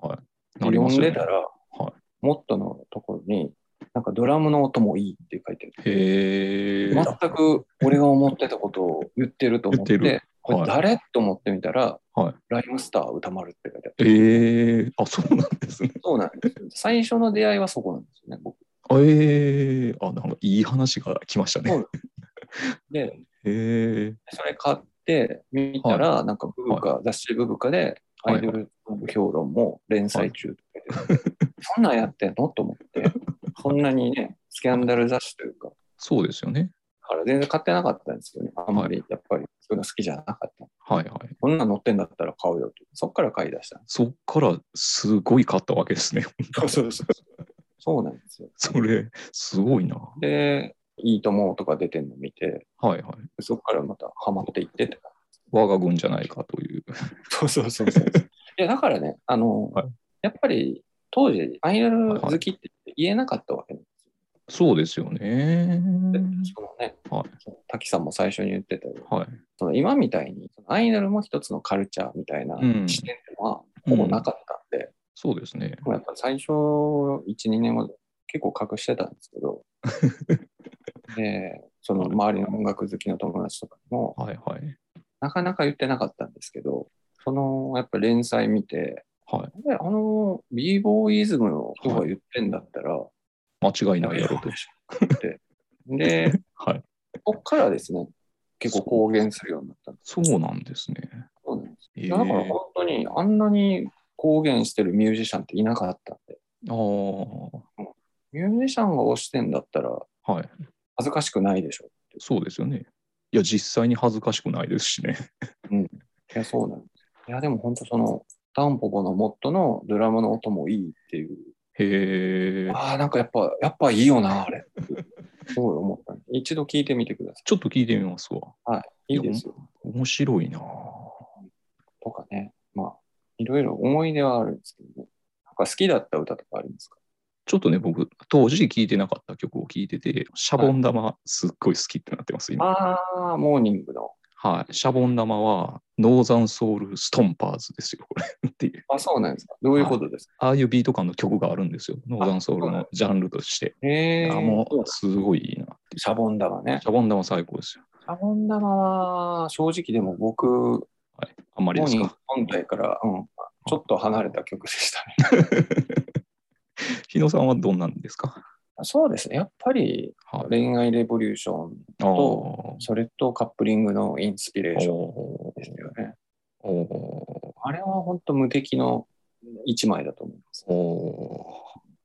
思って、なりま読すんよでねた。ら、はいモットのところに、なんかドラムの音もいいって書いてある。へえ。全く俺が思ってたことを言ってると思っ言っててる、これはい誰と思ってみたら、はいライムスター歌丸って書いてある。ええあ、そうなんです [laughs] ね。そうなんですよ。最初の出会いはそこなんですよね、僕。ええあ、なんかいい話が来ましたそうね。で、へえそれ買ってみたら、なんかブブカ、雑誌ブブカでアはいイドル評論も連載中って書 [laughs] いてある、そんなんやってんのと思って、そんなにね、スキャンダル雑誌というか、そうですよね。から全然買ってなかったんですよね。あんまりやっぱりそういうの好きじゃなかった。はいはい。こんなん載ってんだったら買うよと。そっから買い出したんでそっからすごい買ったわけですね。 [laughs] す。そうそうそう。そうなんですよ。それ、すごいな。で、いいと思うとか出てるの見て、はいはい。そこからまたハマっていってって感我が軍じゃないかという。じ。そうそうそうそう。いや、だからね、あの、はいやっぱり当時、アイドル好きって言えなかったわけなんですよ。そうですよね。でそのね、はいその滝さんも最初に言ってたようにはい。その今みたいにアイドルも一つのカルチャーみたいなうん視点ってのはほぼなかったんで、そうですね。もうやっぱ最初12年は結構隠してたんです [laughs] けどでその周りの音楽好きの友達とかにもはいはい。なかなか言ってなかったんですけどそのやっぱ連載見てはい。あれあの b ボーイズムの人が言ってんだったら、間違いないやろと。 [laughs] ってではい。こっからですね結構公言するようになったんですそうなんですね。そうなんですえいやだから本当にあんなに公言してるミュージシャンっていなかったんで、あミュージシャンが推してんだったらあ、はい。恥ずかしくないでしょ。そうですよね。いや、実際に恥ずかしくないですしね。いや、そうなんです。いや、でも本当その、タンポポのモットのドラムの音もいいっていう、へえ。ああ、なんかやっぱ、やっぱいいよな、あれ。すごい思ったんで。一度聞いてみてくださちょっと聞いてみますわ。い。いいですよ。面白いな。とかね。まあ、いろいろ思い出はあるんですけどね。なんか好きだった歌とかありますかちょっとね、僕、当時聴いてなかった曲を聴いてて、シャボン玉、すっごい好きってなってます、今。ああ、モーニングの。はい。シャボン玉は、ノーザンソウルストンパーズですよ、これ。 [laughs] っていう。あ、そうなんですか。どういうことですかああいうビート感の曲があるんですよ。ノーザンソウルのジャンルとして。へえ。あもう、すごいいいなって。シャボン玉ね。シャボン玉最高ですよ。シャボン玉は正直でも僕、あんまり本です人か。本体から、うん、ちょっと離れた曲でしたね。日野さんはどんなんですかそうですね。やっぱりはい。恋愛レボリューション、あーおそれとカップリングのインスピレーションーですよね。おあれは本当無敵の一枚だと思いますー。お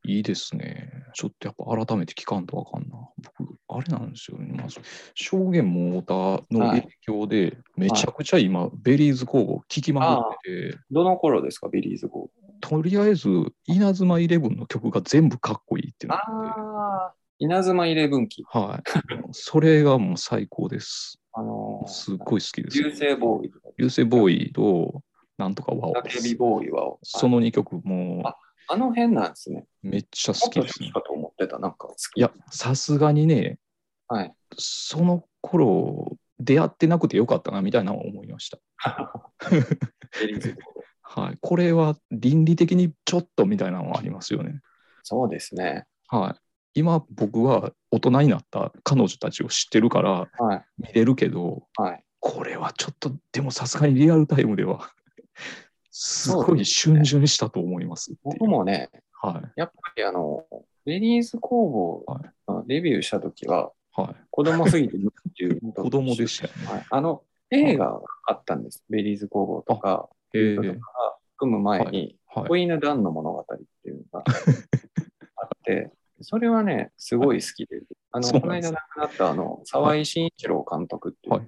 ーいいですね。ちょっとやっぱ改めて聞かんとわかんな。僕、あれなんですよね。まあ、そう証言モーターの影響で、めちゃくちゃ今、ベリーズ工房聞きまくってて、どの頃ですか、ビリーズ号。とりあえず、稲妻イレブンの曲が全部かっこいいってなって、ああ、稲妻イレブン期。はい。それがもう最高です。あのー、すっごい好きです。流星ボーイとか、流星ボーイと、なんとかワオで叫びす。ボーイは、その2曲もああの辺なんですね。めっちゃも好っとき好ですねき。かと思ってた、なんか好き。いや、さすがにね、 [laughs] はい。その頃出会ってなくてよかったなみたいなのは思いました。ビリーズ号。はい、これは倫理的にちょっとみたいなのはありますよね。そうですね。はい、今僕は大人になった彼女たちを知ってるからはい。見れるけどはい。これはちょっとでもさすがにリアルタイムではすごい逡巡したと思いますってい僕う。もね、はいやっぱりあの、レディース工房のデビューした時は、はい、子供すぎて見たっていう [laughs] 子供でしたよはい、あの、映画があったんです。ベリーズ工房とか、ね。とかが組む前に、はい子犬団の物語っていうのがあって、それはね、すごい好きで、あの、そうこのなんです間亡くなったあの、沢井慎一郎監督っていう、はい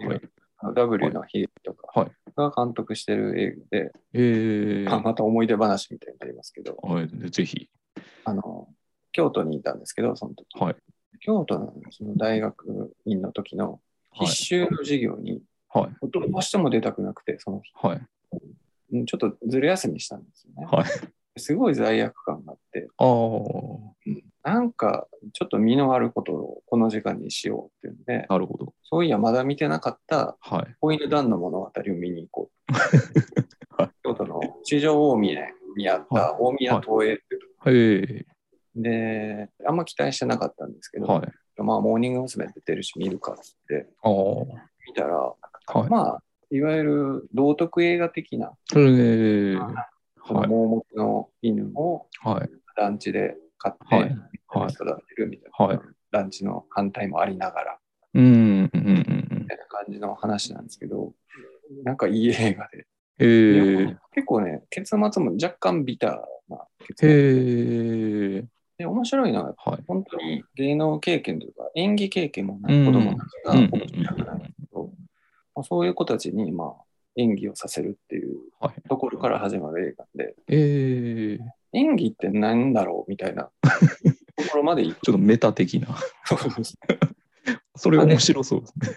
はいはい。あの W の日とかはいが監督してる映画で、えーあまた思い出話みたいになりますけど、はい、ぜひ。あの、京都にいたんですけど、その時。はい京都のその大学院の時のは必い修の授業に、はいどうしても出たくなくて、その日はいうんちょっとずる休みしたんですよね。はい。すごい罪悪感があって、ああ。なんかちょっと身のあることをこの時間にしようっていうんで、なるほど。そういやまだ見てなかったはい。子犬団の物語を見に行こ [laughs] うはい。京都の地上大宮にあった大宮東映っていうとこへで、あんま期待してなかったんですけえ。ど、はい。まあ、モーニング娘。出てるし、見るかっつって、ああ。見たら、はい。まあ、いわゆる道徳映画的な、へえ。そのはい。盲目の犬をはい。団地で飼って、はいはい。育てるみたいな、はい。団地の反対もありながら、うん。うん。うんうんみ。たいな感じの話なんですけど、なんかいい映画で、へえ。結構ね、結末も若干ビターな結末で、へえ。で面白いのは、はい。本当に芸能経験というか、演技経験もない子供たちがうんうん僕の役なんですけど、まあそういう子たちにまあ演技をさせるっていうはい。ところから始まる映画で、ええ。演技って何だろうみた [laughs] いなところまで行く。ちょっとメタ的な。 [laughs] それ面白そうですね。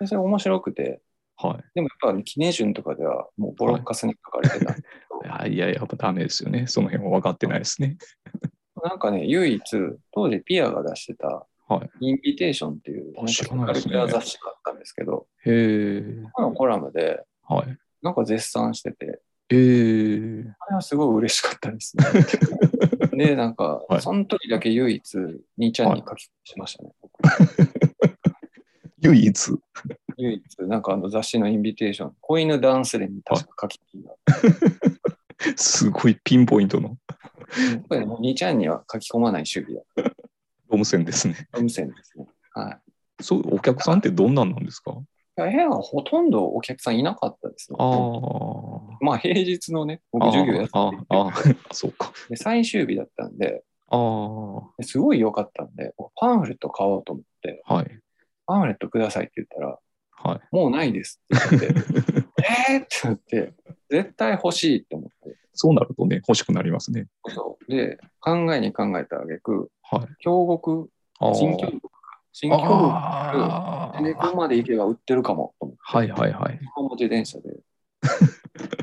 でそれ面白くて、はでもやっぱ記念順とかではもうボロッカスに書かれてた。い。いやいや、やっぱダメですよね。その辺は分かってないですね。なんかね、唯一、当時ピアが出してたは、インビテーションっていう、あなんか知らないカでルすチねャー雑誌があったんですけど、へえ。このコラムで、はい。なんか絶賛してて、えー、あれはすごい嬉しかったですね。 [laughs] で、なんか、はいその時だけ唯一、兄ちゃんに書き込みしましたね。僕唯一。唯一、なんかあの雑誌のインビテーション、子犬ダンス連に確か書き込みが。すごいピンポイントのやっぱりもう兄ちゃんには書き込まない主義だ。ロム線ですね。無線ですね。はい。そう、お客さんってどんなんなんですかいや部屋はほとんどお客さんいなかったですね。ああ。まあ平日のね、あ僕あ授業やってあてあ、ああ [laughs] そうか。で最終日だったんで、ああ、はすごい良かったんで、パンフレット買おうと思って、い。パンフレットくださいって言ったら、はい。もうないですっ [laughs] て言って、えーってなって、絶対欲しいって思って。そうなるとね、欲しくなりますね。そうで、考えに考えた挙句、はい。京極、ああ新京極か、新京極、ああ猫まで行けば売ってるかもと思って、はいはいはい。こも自転 [laughs] 車で、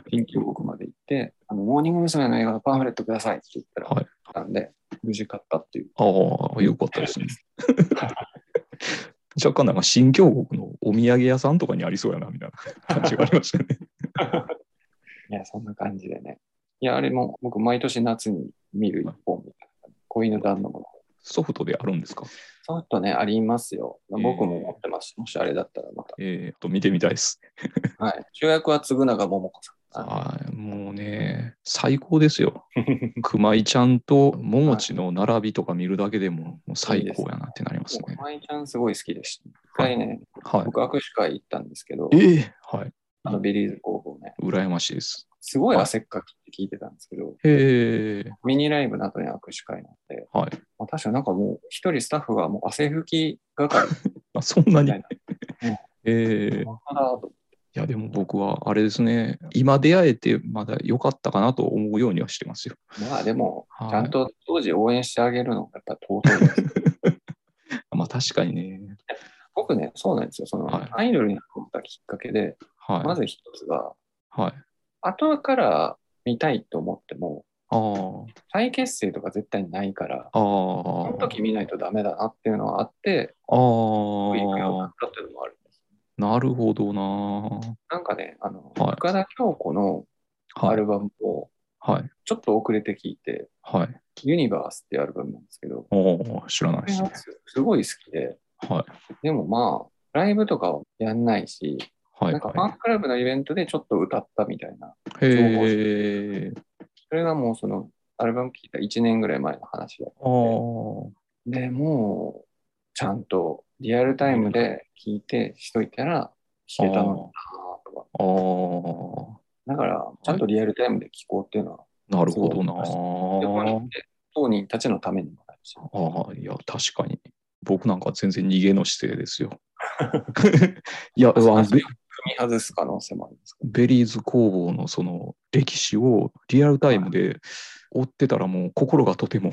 新京極まで行って、あのモーニング娘。の映画のパンフレットくださいって言ったら、はい買ったんで、無事買ったっていう。ああ、よかったですね。 [laughs] 若干なんか新京極のお土産屋さんとかにありそうやなみたいな感じがありましたね。いや、そんな感じでね。いや、あれも僕、毎年夏に見る一本みたいな。子犬団のもの。ソフトであるんですかちょっとね、ありますよ。えー僕も持ってます。もしあれだったらまた。えー、と見てみたいです。はい。主役は嗣永桃子さん。はい、もうね、最高です [laughs] よ。熊井ちゃんと桃地の並びとか見るだけでももう最高やなってなりますね。マイちゃんすごい好きでした。一回ね、は僕握手会行ったんですけどい。、ええはい。あのベリーズ工房ね、羨ましいです。すごい汗っかきって聞いてたんですけど、へえ。ミニライブの後に握手会になって、はい。まあ、確かなんかもう一人スタッフがもう汗拭き係みあそんなにた。い [laughs] な。ええ。本当だといやでも僕はあれですね、今出会えてまだ良かったかなと思うようにはしてますよ。まあでも、はいちゃんと当時応援してあげるのがやっぱ尊いです。まあ確かにね。僕ね、そうなんですよ。その、はいアイドルになったきっかけで、はい。まず一つが、はい。後から見たいと思っても、あー再結成とか絶対ないから、あー。その時見ないとダメだなっていうのはあって、あ行くようになーったっていうのもあるんです。なるほどな。なんかね、あの、はい深田恭子のアはい。ルバムをはい。ちょっと遅れて聞いて、はい。ユニバースっていうアルバムなんですけど、おー知らないこでれすねが。すごい好きで、はい。でもまあ、ライブとかはやんないし、はい。なんかファンはクラブのイベントでちょっと歌ったみたいな、い、へえ。それがもうそのアルバム聴いた1年ぐらい前の話だ。あーでもう、ちゃんとリアルタイムで聴いてしといたらあ弾けたのー。かなとか。あー。だから、ちゃんとリアルタイムで聴こうっていうのは、なるほどな。でこうやって当人たちのためにもなるし。ああ、いや、確かに。僕なんか全然逃げの姿勢です [laughs] よ。いや、うわ踏み外す可能性もありますけど。ベリーズ工房のその歴史をリアルタイムで追ってたらもう心がと [laughs] ても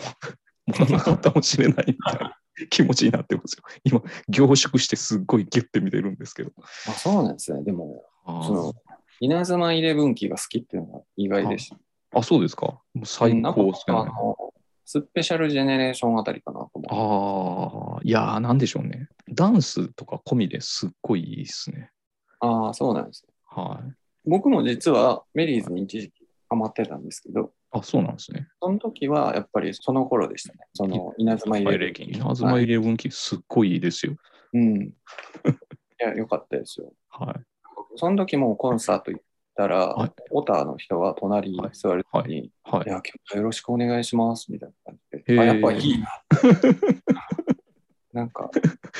もらなかったかもしれないみたいな気持ちになってますよ。今凝縮してすっごいギュッて見てるんですけど。あそうなんですね。でも、あそのー、稲妻イレブン期が好きっていうのが意外でした。あそうですか。もう最なんか高ですあよね。の、スペシャルジェネレーションあたりかなと思う。ああ、いやー、なんでしょうね。ダンスとか込みですっごいいいですね。ああ、そうなんです。はい。僕も実はメリーズに一時期ハマってたんですけど、あ、そうなんですね。その時はやっぱりその頃でしたね。[laughs] その稲妻イレブン期。稲妻イレブン期すっごいいいですよ。うん。 [laughs] いや、よかったですよ。はい。その時もコンサート行ったらはい、オタの人が隣に座る時に、いはい。や、今日よろしくお願いしますみたいな感じへーで、あ、やっぱいいな。 [laughs] なんか、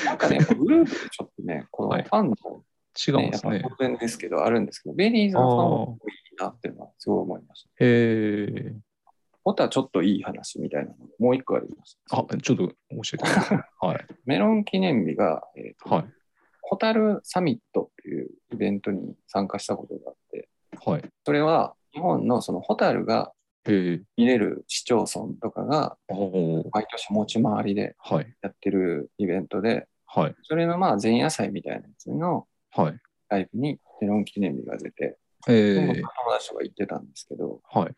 なんかね、やっぱグループでちょっとね、このはいファンの、違うんね、でやっすぱね。当然ですけど、あるんですけど、ベリーズのファンも多いなっていうのはすごい思いました。へえ。オタちょっといい話みたいなのがもう一個ありました。あ、ちょっと教えてく [laughs] ださい。はい。メロン記念日が、えーとはい。ホタルサミットっていうイベントに参加したことがあって、はい。それは日本のそのホタルがへえ。見れる市町村とかがおー毎年持ち回りではい。やってるイベントで、はい。それのまあ前夜祭みたいなやつのはい。ライブにテロン記念日が出て、え僕えの。友達とか行ってたんですけど、はい。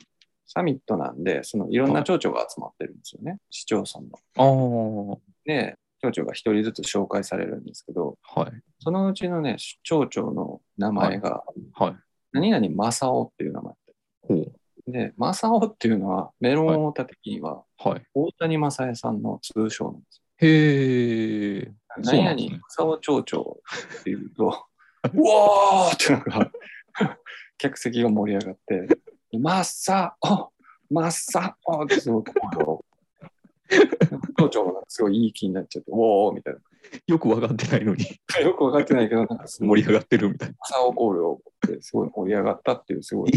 サミットなんで、そのいろんな町長が集まってるんですよね、市町村の。ああ。はで、町長が一人ずつ紹介されるんですけど、い。そのうちのね、町長の名前が、はい。何々正雄っていう名前。ほう。で、正雄っていうのは、メロンをた的には、はい。大谷正恵さんの通称なんですへえ。よ。そう何なんですね々正雄町長っていう [laughs] と、うわーってなんか、客席が盛り上がって、正雄正雄ってすごい声を。町長もなんかすごいいい気になっちゃって、おーみたいよくわかってないのに [laughs] な。よくわかってないけど、なんかすご盛いり上がってるみたい朝をコールを送ってすごい盛り上がったっていう [laughs] すごい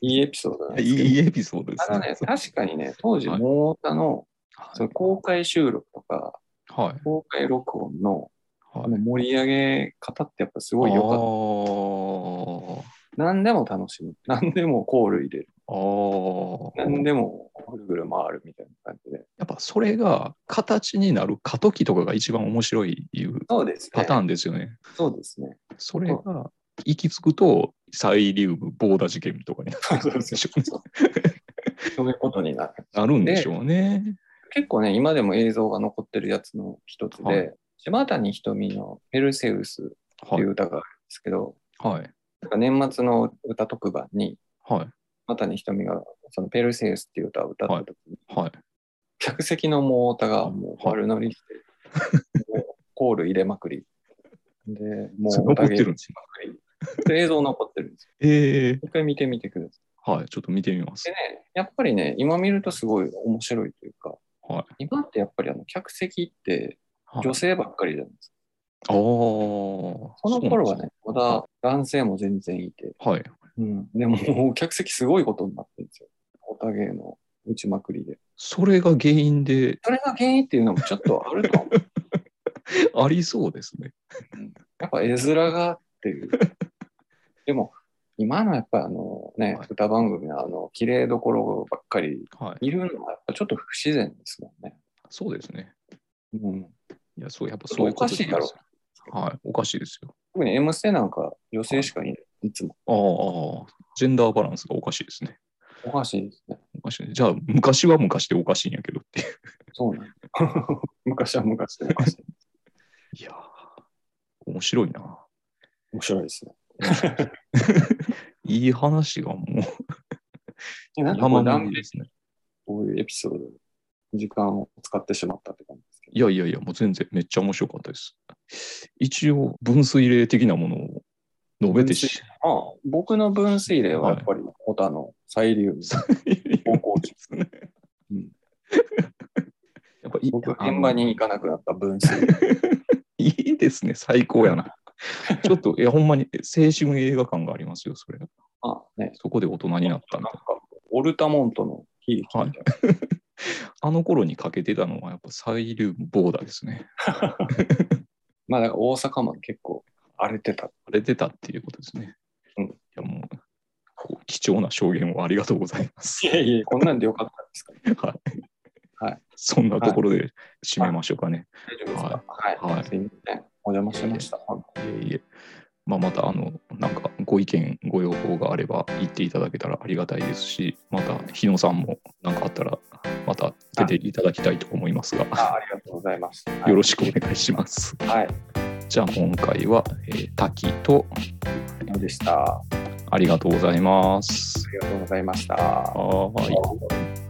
いいエピソードなんな。いですけどいエピソードであすのねね。確かにね当時はいモータのはその公開収録とかい。はい。公開録音のあはいの盛り上げ方ってやっぱすごい良かっあた何でも楽しむ何でもコール入れるあー。何でもぐるぐる回るみたいな感じでやっぱそれが形になる過渡期とかが一番面白いいうそうですねパターンですよね。そうですねそれが行き着くと、サイリウム、ボーダ事件とかにそうそうそうしょ [laughs] そういうことになるなるんでしょうね。結構ね今でも映像が残ってるやつの一つで、はい島谷ひとみの「ペルセウス」ってはいいう。歌があるんですけど、はい。なんか年末の歌特番に、はい。またにひとみが、そのペルセウスっていう歌を歌った時に、はい。客席のモータがもう悪乗りして、もうコール入れまくり。で、もそうれ残ってるんですまくり。で、映像残ってるんですよ。え一回見てみてくださー、はい。ちょっと見てみますい。で。ね、やっぱりね、今見るとすごい面白いというか、はい。今ってやっぱりあの客席ってはい、女性ばっかりじゃないですあか。あ。そこの頃はうなんでね、まだ男性も全然いて、す。はい。うん、でももう客席すごいことになってるんですよ。おたげの打ちまくりで。それが原因でそれが原因っていうのもちょっとあると思う。 [laughs] ありそうですね。やっぱ絵面がっていう。でも今のやっぱあのね、はい歌番組のあの綺麗どころばっかりはい。いるのはやっぱちょっと不自然ですもんね。そうですね。うん、いや、そう、やっぱそういうことなんですよはい。おかしいですよ。特に M ステなんか女性しかいない。いつも。ああ、ジェンダーバランスがおかしいですね。おかしいですね。おかしい。じゃあ、昔は昔でおかしいんやけどっていう。そうなん [laughs] 昔は昔でおかしい。いやー、面白いな。面白いですね。いい話がもなんうかこ山う盛りですね。こういうエピソードで時間を使ってしまったって感じですけど。いやいやいや、もう全然めっちゃ面白かったです。一応、分水嶺的なものを述べてし、ああ僕の分水嶺はやっぱりホタの細流 [laughs] 水。高校時ですねうん。やっぱいい僕、あの現場に行かなくなった分水嶺。いいですね、最高やな。ちょっと、いや、ほんまに青春映画感がありますよ、それ。ああね、そこで大人になったなんみたいか、オルタモントの悲劇みたいな。な。 [laughs] あの頃にかけてたのは、やっぱサイリウム・ボーダーですね。まあ、だから大阪まで結構荒れてた。荒れてたっていうことですね。うんいや、もう、こう貴重な証言をありがとうございます。いやいや、こんなんでよかったんですか、はい。はいそんなところで締めましょうかね。大丈夫ですかはい。はいすいません。お邪魔しました。いえいえ。まあ、また、あの、なんか、ご意見、ご要望があれば言っていただけたらありがたいですし、また、日野さんもなんかあったら、また出ていただきたいと思いますが、あありがとうございます。はいよろしくお願いします。はい。じゃあ、今回は、えー、滝と、でした。あありがとうございます。りがとうございました。はーい。い